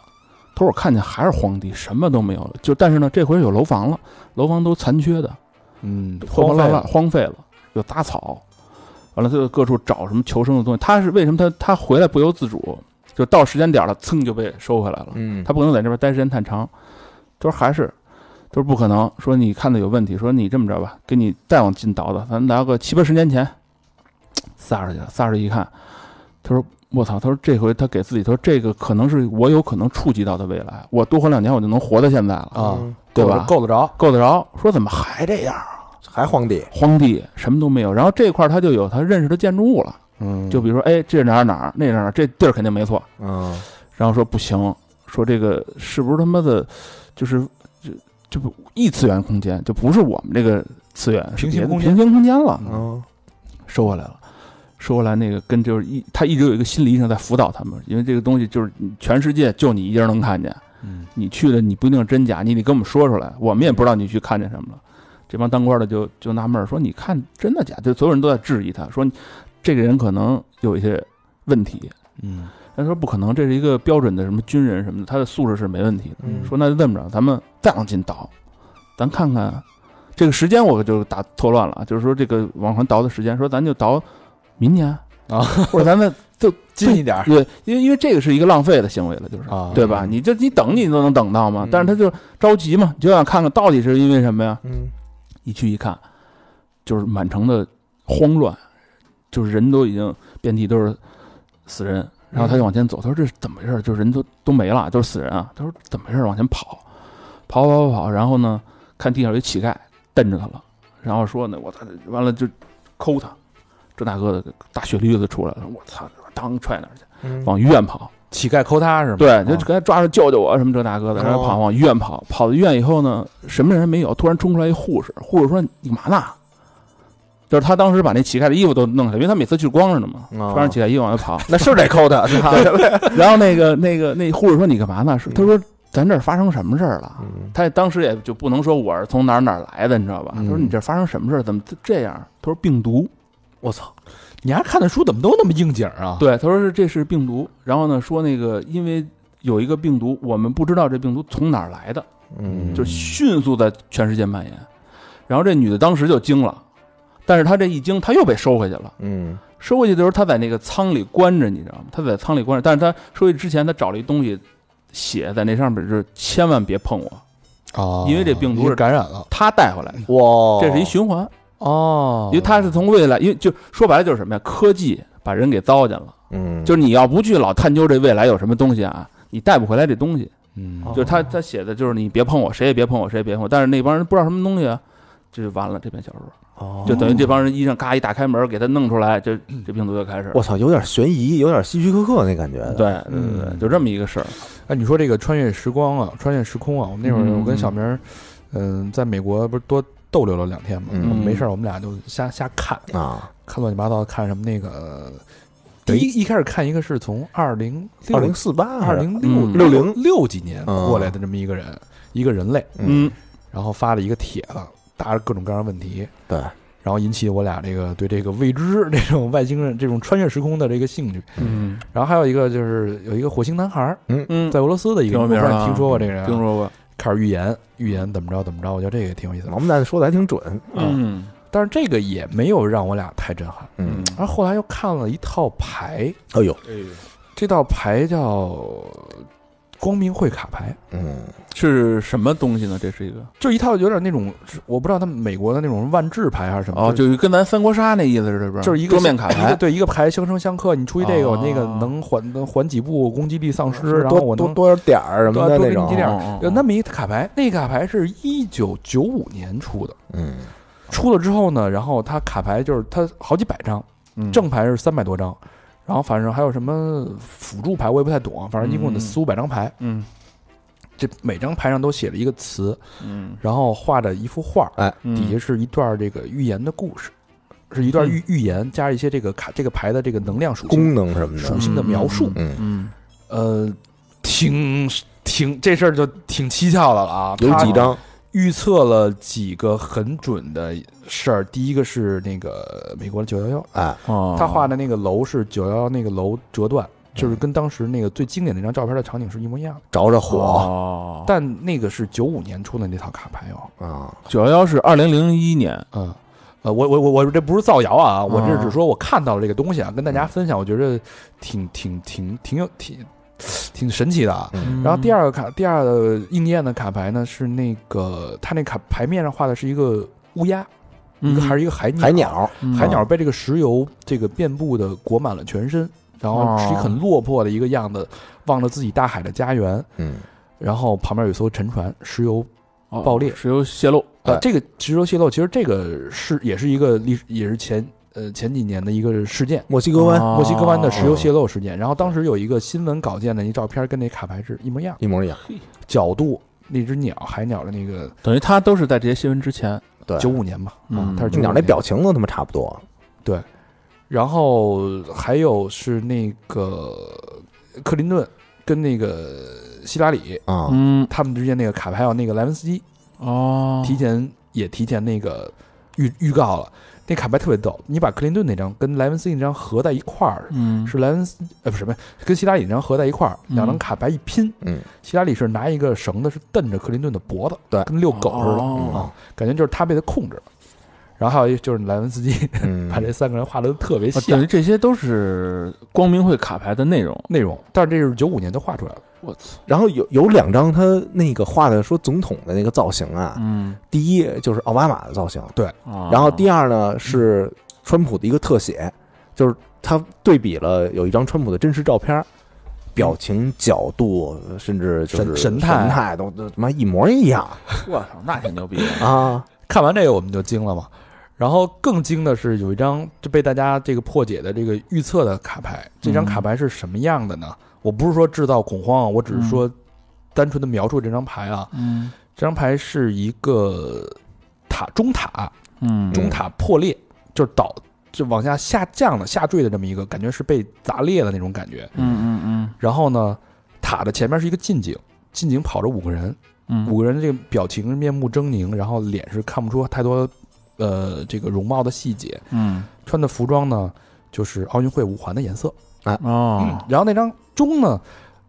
C: 他说：“我看见还是荒地，什么都没有。就但是呢，这回有楼房了，楼房都残缺的，
A: 嗯，
C: 破破
A: 荒
C: 烂
A: 废
C: 烂，
A: 了。
C: 荒废了，有杂草，完了他就各处找什么求生的东西。他是为什么他他回来不由自主，就到时间点了，噌就被收回来了。
D: 嗯
C: 他不可能在这边待时间太长，他说还是，他说不可能，说你看的有问题，说你这么着吧，给你再往进倒倒，咱拿个七八十年前，撒出去了，撒出去一看，他说我操，他说这回他给自己，他说这个可能是我有可能触及到的未来，我多活两年我就能活到现在了
A: 啊
D: 嗯
C: 对
A: 够得
C: 吧？
A: 够得着。
C: 够得着，说怎么还这样？
D: 还荒地
C: 荒地，什么都没有。然后这块儿他就有他认识的建筑物了，
A: 嗯，
C: 就比如说，哎，这是哪儿哪儿，那是哪儿哪儿，这地儿肯定没错。
D: 嗯
C: 然后说不行，说这个是不是他妈的，就是这这不异次元空间，就不是我们这个次元，是
A: 平行
C: 别的
A: 空间嗯
C: 平行空间
B: 嗯
C: 了，
D: 哦
C: 收回来了。收回来那个跟就是一，他一直有一个心理医生在辅导他们，因为这个东西就是全世界就你一人能看见，
A: 嗯
C: 你去了你不一定是真假，你得跟我们说出来，我们也不知道你去看见什么了。这帮当官的就就纳闷儿说：“你看真的假的？”就所有人都在质疑他，说你这个人可能有一些问题。
A: 嗯
C: 他说不可能，这是一个标准的什么军人什么的，他的素质是没问题的。
D: 嗯
C: 说那就这么着，咱们再往进倒，咱看看这个时间，我就打错乱了啊，就是说这个往上倒的时间，说咱就倒明年
A: 啊，
C: 或者咱们
A: 近一点儿
C: 对，因为因为这个是一个浪费的行为了，就是
A: 啊
C: 对吧？
D: 嗯
C: 你这你等你都能等到嘛
D: 嗯，
C: 但是他就着急嘛，就想看看到底是因为什么呀？
D: 嗯
C: 一去一看，就是满城的慌乱，就是人都已经遍地都是死人。然后他就往前走，他说这是怎么回事？就是人都都没了，都是死人啊！他说怎么回事？往前跑，跑跑跑跑，然后呢，看地上有一乞丐瞪着他了，然后说呢，我操，完了就抠他，这大哥的大血驴子出来了，我操，当踹哪儿去？
D: 嗯
C: 往医院跑，
A: 乞丐抠他是吗？
C: 对，
A: 啊哦
C: 就给他抓住救救我什么这大哥的，然后跑往医院跑，跑到医院以后呢，什么人也没有，突然冲出来一护士，护士说你干嘛呢？就是他当时把那乞丐的衣服都弄下来，因为他每次去光着呢嘛，
D: 哦。
C: 穿上乞丐衣服往外跑
D: 那是得抠他是吧？
C: 然后那个那个那护士说你干嘛呢？说他说咱这儿发生什么事儿了？
D: 嗯
C: 他当时也就不能说我是从哪儿哪儿来的，你知道吧？他说
A: 嗯
C: 你这儿发生什么事儿？怎么这样？他说病毒。
D: 我操
A: 你还看的书怎么都那么应景啊？，
C: 对，他说是这是病毒，然后呢说那个因为有一个病毒，我们不知道这病毒从哪儿来的，
D: 嗯
C: 就迅速在全世界蔓延。然后这女的当时就惊了，但是她这一惊，她又被收回去了。
D: 嗯
C: 收回去的时候，她在那个仓里关着，你知道吗？她在仓里关着，但是她收回去之前，她找了一东西写在那上面，就是千万别碰我，
A: 哦
C: 因为这病毒是
A: 感染了，
C: 他带回来的，
B: 哇，
C: 这是一循环，
A: 哦
C: 因为他是从未来，因为就说白了就是什么呀，科技把人给糟践了，
B: 嗯，
C: 就是你要不去老探究这未来有什么东西啊，你带不回来这东西。
A: 嗯
B: 哦
C: 就是他他写的就是你别碰我，谁也别碰我，谁也别碰我。但是那帮人不知道什么东西啊，这就完了这篇小说，
B: 哦
C: 就等于这帮人医生嘎一打开门给他弄出来，这
A: 嗯
C: 这病毒就开始。
B: 我操，有点悬疑，有点希区柯克那感觉的。
C: 对对对对，
A: 嗯
C: 就这么一个事儿。
A: 哎，你说这个穿越时光啊，穿越时空啊，我们那会儿
C: 嗯
A: 我跟小明儿，嗯，在美国不是多逗留了两天嘛，
B: 嗯
A: 没事儿，我们俩就瞎瞎看，
B: 啊，
A: 看乱七八糟，看什么那个，第
B: 对
A: 一一开始看一个是从二零
B: 二零四八，
A: 二零六
C: 嗯
B: 六零
A: 六几年
B: 嗯
A: 过来的这么一个人，一个人类，
B: 嗯
C: 嗯
A: 然后发了一个帖子，答着各种各样的问题，
B: 对，
A: 然后引起我俩这个对这个未知、这种外星人、这种穿越时空的这个兴趣。
C: 嗯
A: 然后还有一个就是有一个火星男孩儿，
C: 嗯，
A: 在俄罗斯的一个，
C: 挺有
A: 我不
C: 名
A: 知
C: 儿啊
A: 道你听说过这个人啊，
C: 听说过。
A: 开始预言，预言怎么着怎么着，我觉得这个也挺有意思的。
B: 嗯王八蛋说的还挺准，
C: 嗯
A: 但是这个也没有让我俩太震撼。
B: 嗯，
A: 而后来又看了一套牌，
B: 哎呦，
C: 嗯
A: 这套牌叫光明会卡牌，
B: 嗯，
C: 是什么东西呢？这是一个
A: 就一套有点那种，我不知道他们美国的那种万智牌还是什么，
C: 哦，
A: 就
C: 就跟咱三国杀那意思是不是？
A: 就是一个
C: 桌面卡
A: 一个
C: 牌。
A: 对一个牌相生相克，你出一这个，
C: 哦
A: 我那个能缓能缓几步，攻击力丧失，然后我
B: 多
A: 能
B: 多。多少点儿什么的
A: 对
B: 那
A: 多给你几
B: 种，啊
A: 点儿
C: 哦
A: 有那么一卡牌，那卡牌是一九九五年出的，
B: 嗯，
A: 出了之后呢，然后它卡牌就是它好几百张，
C: 嗯
A: 正牌是三百多张，然后反正还有什么辅助牌我也不太懂啊，反正一共
C: 嗯
A: 得四五百张牌，
C: 嗯
A: 这每张牌上都写了一个词，
C: 嗯
A: 然后画着一幅画，
C: 嗯
A: 底下是一段这个预言的故事，是一
B: 嗯
A: 段预预言加上一些这个卡这个牌的这个能量属性
B: 功能什么
A: 属
B: 的，
A: 性的描述，
B: 嗯，
C: 嗯
A: 呃，挺挺这事儿就挺蹊跷的了啊，
B: 有
A: 它
B: 几张，
A: 预测了几个很准的事儿，第一个是那个美国的九幺幺。
B: 哎，
C: 哦，
A: 他画的那个楼是九幺幺那个楼折断，
B: 嗯
A: 就是跟当时那个最经典的那张照片的场景是一模一样的。
B: 着着火
C: 火
A: 但那个是九五年出的那套卡牌哦，
B: 啊，
C: 九幺幺是二零零一年，
A: 嗯，呃，我我我我这不是造谣啊，我这
B: 嗯
A: 只说我看到了这个东西啊，跟大家分享，我觉得挺挺挺挺有挺挺神奇的啊。
B: 嗯
A: 然后第二个卡，第二个应验的卡牌呢是那个，它那卡牌面上画的是一个乌鸦，
C: 嗯
A: 一个还是一个海鸟，
B: 嗯海鸟，嗯
A: 海鸟被这个石油这个遍布的裹满了全身，然后
B: 哦
A: 是一个很落魄的一个样子，望着自己大海的家园，
B: 嗯，
A: 然后旁边有一艘沉船，石油
C: 哦
A: 爆裂
C: 石油泄漏，
A: 呃
B: 哎，
A: 这个石油泄漏其实这个是也是一个历史也是前呃前几年的一个事件。
B: 墨西哥湾
C: 哦
A: 墨西哥湾的石油泄漏事件，然后当时有一个新闻稿件的一照片，跟那卡牌是一模一样，
B: 一模一样，
A: 角度那只鸟海鸟的那个
C: 等于他都是在这些新闻之前，
B: 对，
A: 九五年嘛，啊
C: 嗯，
A: 它是
B: 这鸟
A: 95
B: 那
A: 年
B: 表情都他妈差不多，
A: 然后还有是那个克林顿跟那个希拉里
B: 啊，
C: 嗯
A: 他们之间那个卡牌，还有那个莱文斯基
C: 哦，
A: 提前也提前那个预预告了。那卡牌特别逗，你把克林顿那张跟莱文斯基那张合在一块儿，
C: 嗯
A: 是莱文斯呃不是什么，跟希拉里那张合在一块儿，
C: 嗯
A: 两张卡牌一拼，
B: 嗯，
A: 希拉里是拿一个绳子是蹬着克林顿的脖子，
B: 对
A: 跟遛狗似
B: 嗯
A: 的，
C: 哦
A: 啊，感觉就是他被他控制了。然后还有一就是莱文斯基
B: 嗯
A: 把，这三个人画的特别
C: 啊
A: 像
C: 等于，这些都是光明会卡牌的内容。
A: 内容，但是这是九五年就画出来了。
C: 我操，
B: 然后有有两张他那个画的说总统的那个造型啊，
C: 嗯，啊
B: 第一就是奥巴马的造型，然
C: 然
B: 后第二
C: 嗯
B: 呢是川普的一个特写，就是他对比了有一张川普的真实照片儿，表情、角度，甚至就是
A: 神神态
B: 态、神态都都他妈一模一样
C: 我操，那挺牛逼的，
B: 啊！
A: 看完这个我们就惊了嘛。然后更惊的是有一张就被大家这个破解的这个预测的卡牌，这张卡牌是什么样的呢？我不是说制造恐慌啊，我只是说单纯的描述这张牌啊。
C: 嗯
A: 这张牌是一个塔中塔，
C: 嗯
A: 中塔破裂，就是倒就往下下降了、下坠的这么一个感觉，是被砸裂的那种感觉。
C: 嗯嗯
A: 然后呢，塔的前面是一个近景，近景跑着五个人，
C: 嗯嗯，
A: 五个人这个表情面目狰狞，然后脸是看不出太多呃这个容貌的细节，
C: 嗯
A: 穿的服装呢就是奥运会五环的颜色。嗯
C: 哦，
A: 然后那张钟呢，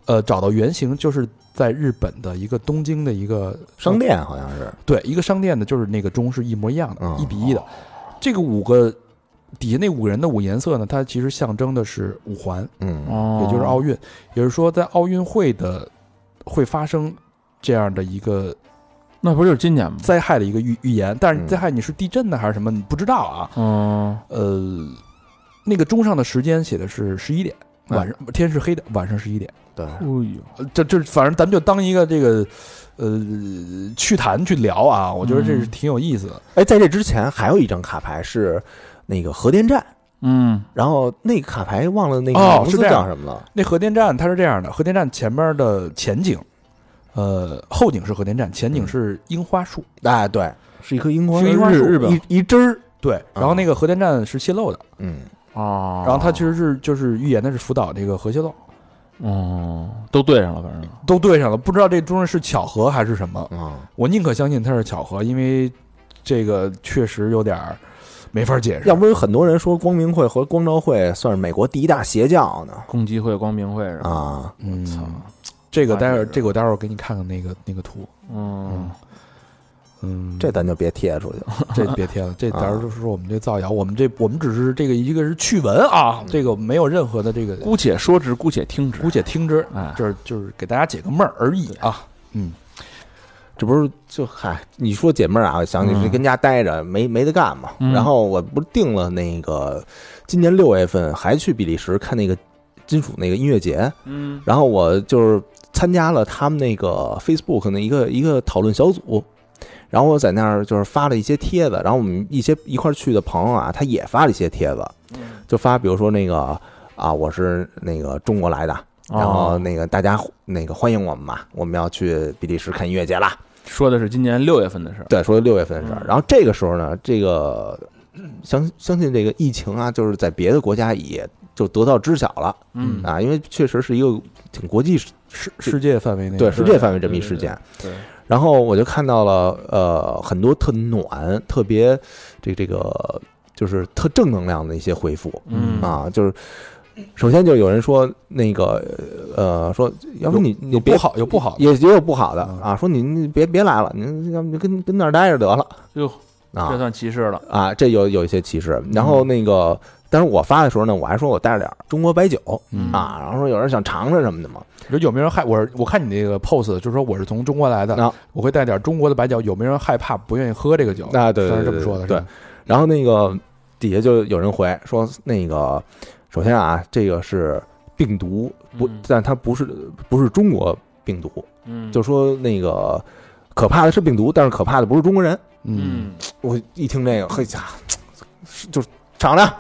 A: 呃，找到原型就是在日本的一个东京的一个
B: 商店好像是，
A: 对一个商店的，就是那个钟是一模一样的，
B: 嗯
A: 一比一的。这个五个底下那五个人的五颜色呢，它其实象征的是五环，
B: 嗯
C: 哦，
A: 也就是奥运，也就是说在奥运会的会发生这样的一个
C: 那不就是今年吗？
A: 灾害的一个预预言，但是
B: 嗯
A: 灾害你是地震呢还是什么，你不知道啊。
C: 嗯，
A: 呃，那个钟上的时间写的是十一点，
B: 嗯
A: 晚上天是黑的，晚上十一点。
B: 对，
C: 哎呦，
A: 呃这这反正咱们就当一个这个呃趣谈去聊啊，我觉得这是
C: 嗯
A: 挺有意思的。
B: 哎，在这之前还有一张卡牌是那个核电站，
C: 嗯
B: 然后那卡牌忘了那个
A: 哦
B: 名
A: 是
B: 字
A: 这样
B: 叫什么了。
A: 那核电站它是这样的，核电站前面的前景，呃，后景是核电站，前景是樱花树，
B: 哎，对，是一棵樱花
A: 是
B: 树，
A: 樱花树
B: 日日本，
A: 一一枝儿。对，然后那个核电站是泄漏的，
B: 嗯，
C: 啊，
A: 然后它其实是就是预言的是福岛这个核泄漏，
C: 嗯都对上了，反正
A: 都对上了，不知道这中间是巧合还是什么，
B: 啊，
A: 我宁可相信它是巧合，因为这个确实有点儿没法解释
B: 要。不然很多人说光明会和光照会算是美国第一大邪教呢
C: 共济会、光明会是吧？
B: 啊，
A: 嗯
C: 操，
A: 这个待会儿，
C: 那是
A: 这个我待会儿给你看看那个那个图。
C: 嗯，
A: 嗯，
B: 这咱就别贴出去了。
A: 这别贴了，这到时候就是我们这造谣，我们这我们只是这个一个是趣闻啊，这个没有任何的这个
C: 姑且说之，姑且听之，
A: 姑且听之，
B: 啊
C: 哎，
A: 就是就是给大家解个闷儿而已啊。
B: 这不是就嗨？你说姐妹儿啊，我想起
C: 嗯
B: 是跟家待着没没得干嘛。
C: 嗯
B: 然后我不是定了那个今年六月份还去比利时看那个金属那个音乐节，
C: 嗯
B: 然后我就是参加了他们那个 Facebook 的一个一个讨论小组，然后我在那儿就是发了一些帖子，然后我们一些一块儿去的朋友啊，他也发了一些帖子，
C: 嗯
B: 就发比如说那个啊，我是那个中国来的，然后
C: 哦
B: 那个大家那个欢迎我们嘛，我们要去比利时看音乐节啦。
C: 说的是今年六月份的事儿，
B: 对，说六月份的事儿
C: 嗯。
B: 然后这个时候呢，这个相相信这个疫情啊，就是在别的国家也就得到知晓了
C: 嗯
B: 啊，因为确实是一个挺国际
A: 世世界范围内
B: 对
A: 是
B: 世界范围这么一事件。
C: 对，
B: 然后我就看到了呃很多特暖、特别这这个就是特正能量的一些回复
C: 嗯
B: 啊，就是。首先就有人说那个呃说，要不你你
A: 有
B: 别
A: 不好有不好的，
B: 也也有不好的
A: 嗯
B: 啊，说你你别别来了，你要不就跟跟那儿待着得了
C: 哟，
B: 啊，
C: 这算歧视了，
B: 啊，这有有一些歧
A: 嗯
B: 视。然后那个，但是我发的时候呢，我还说我带了点儿中国白酒
A: 嗯
B: 啊，然后说有人想尝尝什么的嘛。
A: 你说有没有人害？我是我看你那个 pose，就是说我是从中国来的
B: 啊，
A: 我会带点中国的白酒。有没有人害怕不愿意喝这个酒？
B: 啊，
A: 当
B: 对对
A: 然这
B: 对
A: 么说的，
B: 对
A: 是吧，
B: 然后那个底下就有人回说，那个首先啊，这个是病毒不
C: 嗯，
B: 但它不是不是中国病毒，
C: 嗯，
B: 就说那个可怕的是病毒，但是可怕的不是中国人。
A: 嗯
C: 嗯
B: 我一听这个，嘿呀，是就是尝尝，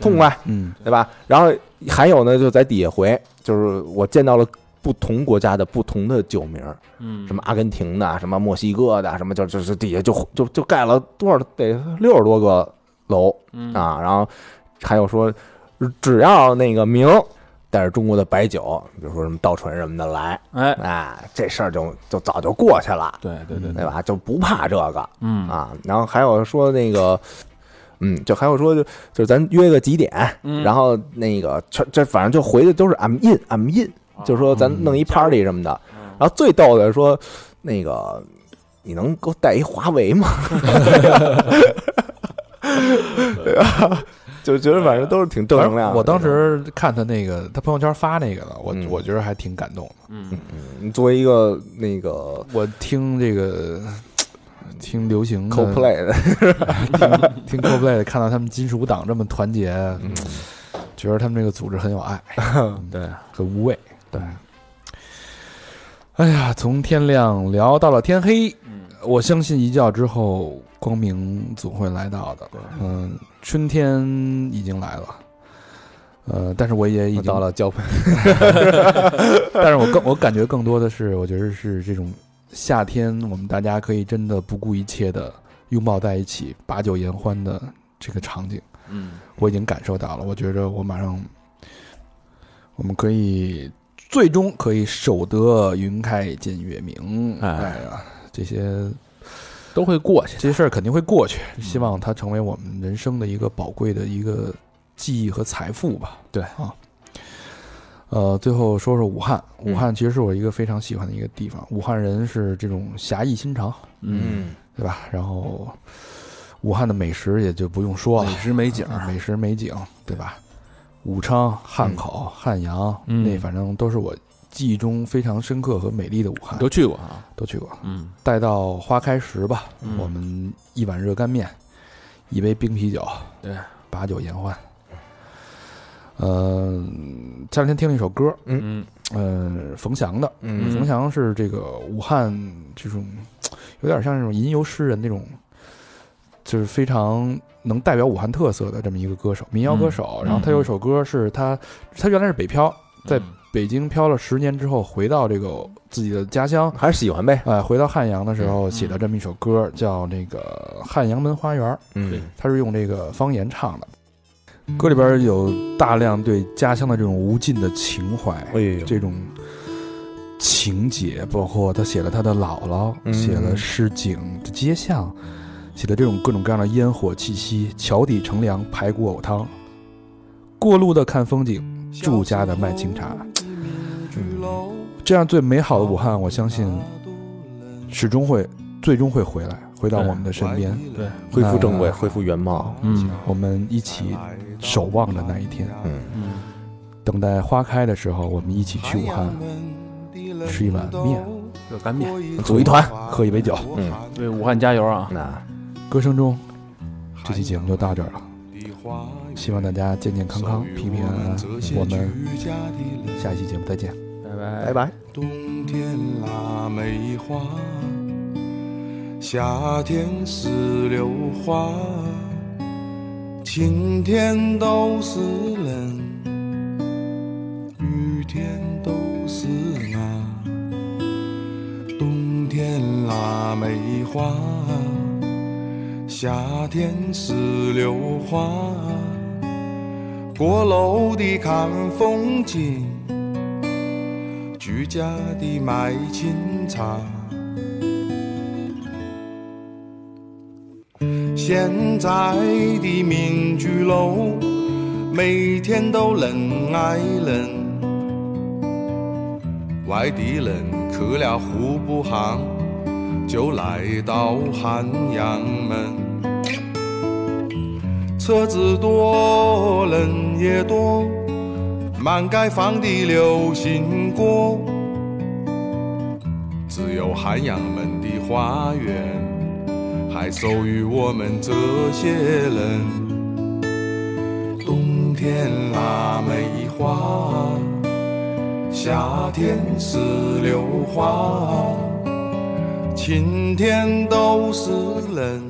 B: 痛快。
A: 嗯
B: 对吧？然后还有呢，就在底下回，就是我见到了不同国家的不同的酒名儿，
C: 嗯，
B: 什么阿根廷的，什么墨西哥的，什么就就是底下就就就盖了多少得六十多个楼
C: 嗯，
B: 啊，然后还有说，只要那个名带着中国的白酒，比如说什么稻醇什么的来，
C: 哎，
B: 哎，这事儿就就早就过去了，
C: 对对对，
B: 对吧？就不怕这个，
C: 嗯
B: 啊，然后还有说那个，嗯，就还有说就就是咱约个几点，
C: 嗯
B: 然后那个全这反正就回的都是 I'm in I'm in，就是
C: 啊
B: 说咱弄一 party 什么的。然后最逗的是说那个你能给我带一华为吗？ 对吧就觉得反正都是挺正能量的。
A: 我当时看他那个，他朋友圈发那个了，我
B: 嗯
A: 我觉得还挺感动的。
C: 嗯
B: 你作为一个那个
A: 我听这个听流行的
B: cosplay 的，
A: 听 Coldplay 看到他们金属党这么团结，觉得他们这个组织很有爱，
C: 对，
A: 很无畏。对，哎呀，从天亮聊到了天黑，
C: 嗯
A: 我相信一觉之后光明总会来到的。嗯，春天已经来了。呃，但是我也已经
B: 到，了交配，
A: 但是我更我感觉更多的是，我觉得是这种夏天，我们大家可以真的不顾一切的拥抱在一起，把酒言欢的这个场景。
C: 嗯
A: 我已经感受到了。我觉着我马上，我们可以最终可以守得云开见月明。
C: 哎
A: 哎呀，这些
C: 都会过去，
A: 这些事儿肯定会过去，
C: 嗯
A: 希望它成为我们人生的一个宝贵的一个记忆和财富吧。
C: 对
A: 啊。呃，最后说说武汉，
B: 嗯
A: 武汉其实是我一个非常喜欢的一个地方。武汉人是这种侠义心肠，
C: 嗯，
A: 对吧？然后，武汉的美食也就不用说了
C: 美，食美景儿，
A: 啊美食美景，对吧？武昌、汉口、汉阳，
C: 嗯
A: 那反正都是我记忆中非常深刻和美丽的武汉
C: 都去过啊，
A: 都去过。
C: 嗯
A: 待到花开时吧，
C: 嗯
A: 我们一碗热干面，一杯冰啤酒，
C: 对，
A: 把酒言欢。呃，前两天听了一首歌，
C: 嗯
A: 呃，冯翔的，
B: 嗯
A: 冯翔是这个武汉这种，有点像那种吟游诗人那种，就是非常能代表武汉特色的这么一个歌手，民谣歌手。
C: 嗯
A: 然后他有一首歌是他，他原来是北漂，在北京漂了十年之后，回到这个自己的家乡，
B: 还是喜欢呗。
A: 哎，回到汉阳的时候
C: 嗯
A: 写的这么一首歌，叫那个《汉阳门花园》，
C: 对
B: 嗯，
A: 他是用这个方言唱的。
C: 嗯
A: 歌里边有大量对家乡的这种无尽的情怀，
B: 哎呦，
A: 这种情节，包括他写了他的姥姥，
B: 嗯
A: 写了市井的街巷，写的这种各种各样的烟火气息，桥底乘凉排骨藕汤，过路的看风景，住家的卖清茶，
C: 嗯
A: 这样最美好
F: 哦
A: 的武汉，我相信始终会最终会回来，回到我们的身边。
C: 对，
B: 恢复正轨，
A: 那
B: 恢复原貌。
C: 嗯
A: 我们一起守望着那一天，
B: 嗯，
C: 嗯
A: 等待花开的时候，我们一起去武
F: 哎
A: 汉吃一碗面，
C: 热干面，
B: 组一团，
A: 喝一杯酒。
B: 嗯，
C: 为武汉加油啊！
B: 那
A: 歌声中，这
F: 哎
A: 期节目就到这儿了。希望大家健健康康、平平安安。我们下一期节目再见。
C: 拜拜
B: 拜拜。
F: 冬天腊梅花，夏天石榴花，晴天都是人，雨天都是啊。冬天腊梅花，夏天石榴花，过楼的看风景。居家的卖清茶。现在的民居楼，每天都人挨人，外地人去了湖北杭，就来到汉阳门，车子多，人也多。满街放的流行歌，只有汉阳门的花园还属于我们这些人。冬天腊梅花，夏天石榴花，晴天都是人，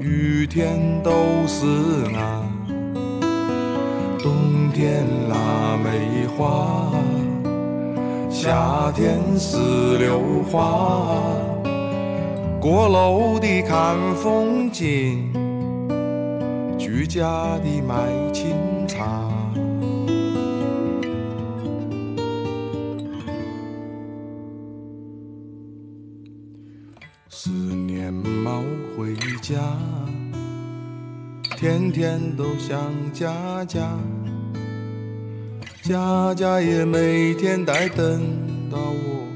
F: 雨天都是俺。冬天腊梅花，夏天石榴花，过楼的看风景，居家的卖清茶。十年冇回家，天天都想家家。家家也每天在等到我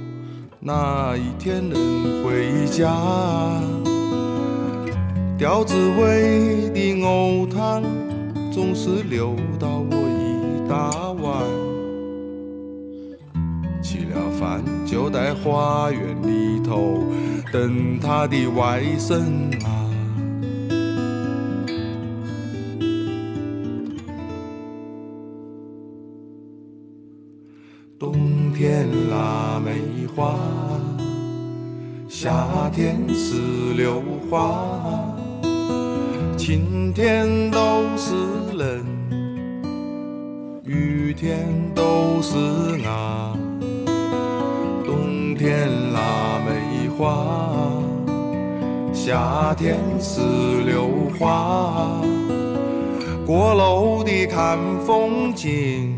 F: 那一天能回家。吊子味的藕汤总是留到我一大碗。吃了饭就在花园里头等他的外甥啊。冬天腊梅花，夏天石榴花，晴天都是人，雨天都是啊。冬天腊梅花，夏天石榴花，过楼的看风景。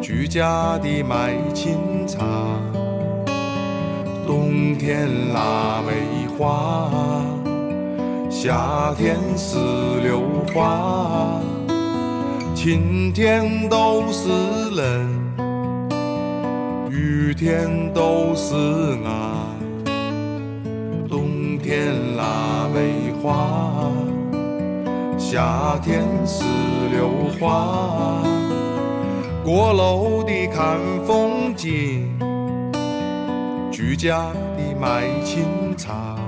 F: 居家的卖清茶，冬天腊梅花，夏天石榴花，晴天都是人，雨天都是啊。冬天腊梅花，夏天石榴花。过楼的看风景，居家的买青菜。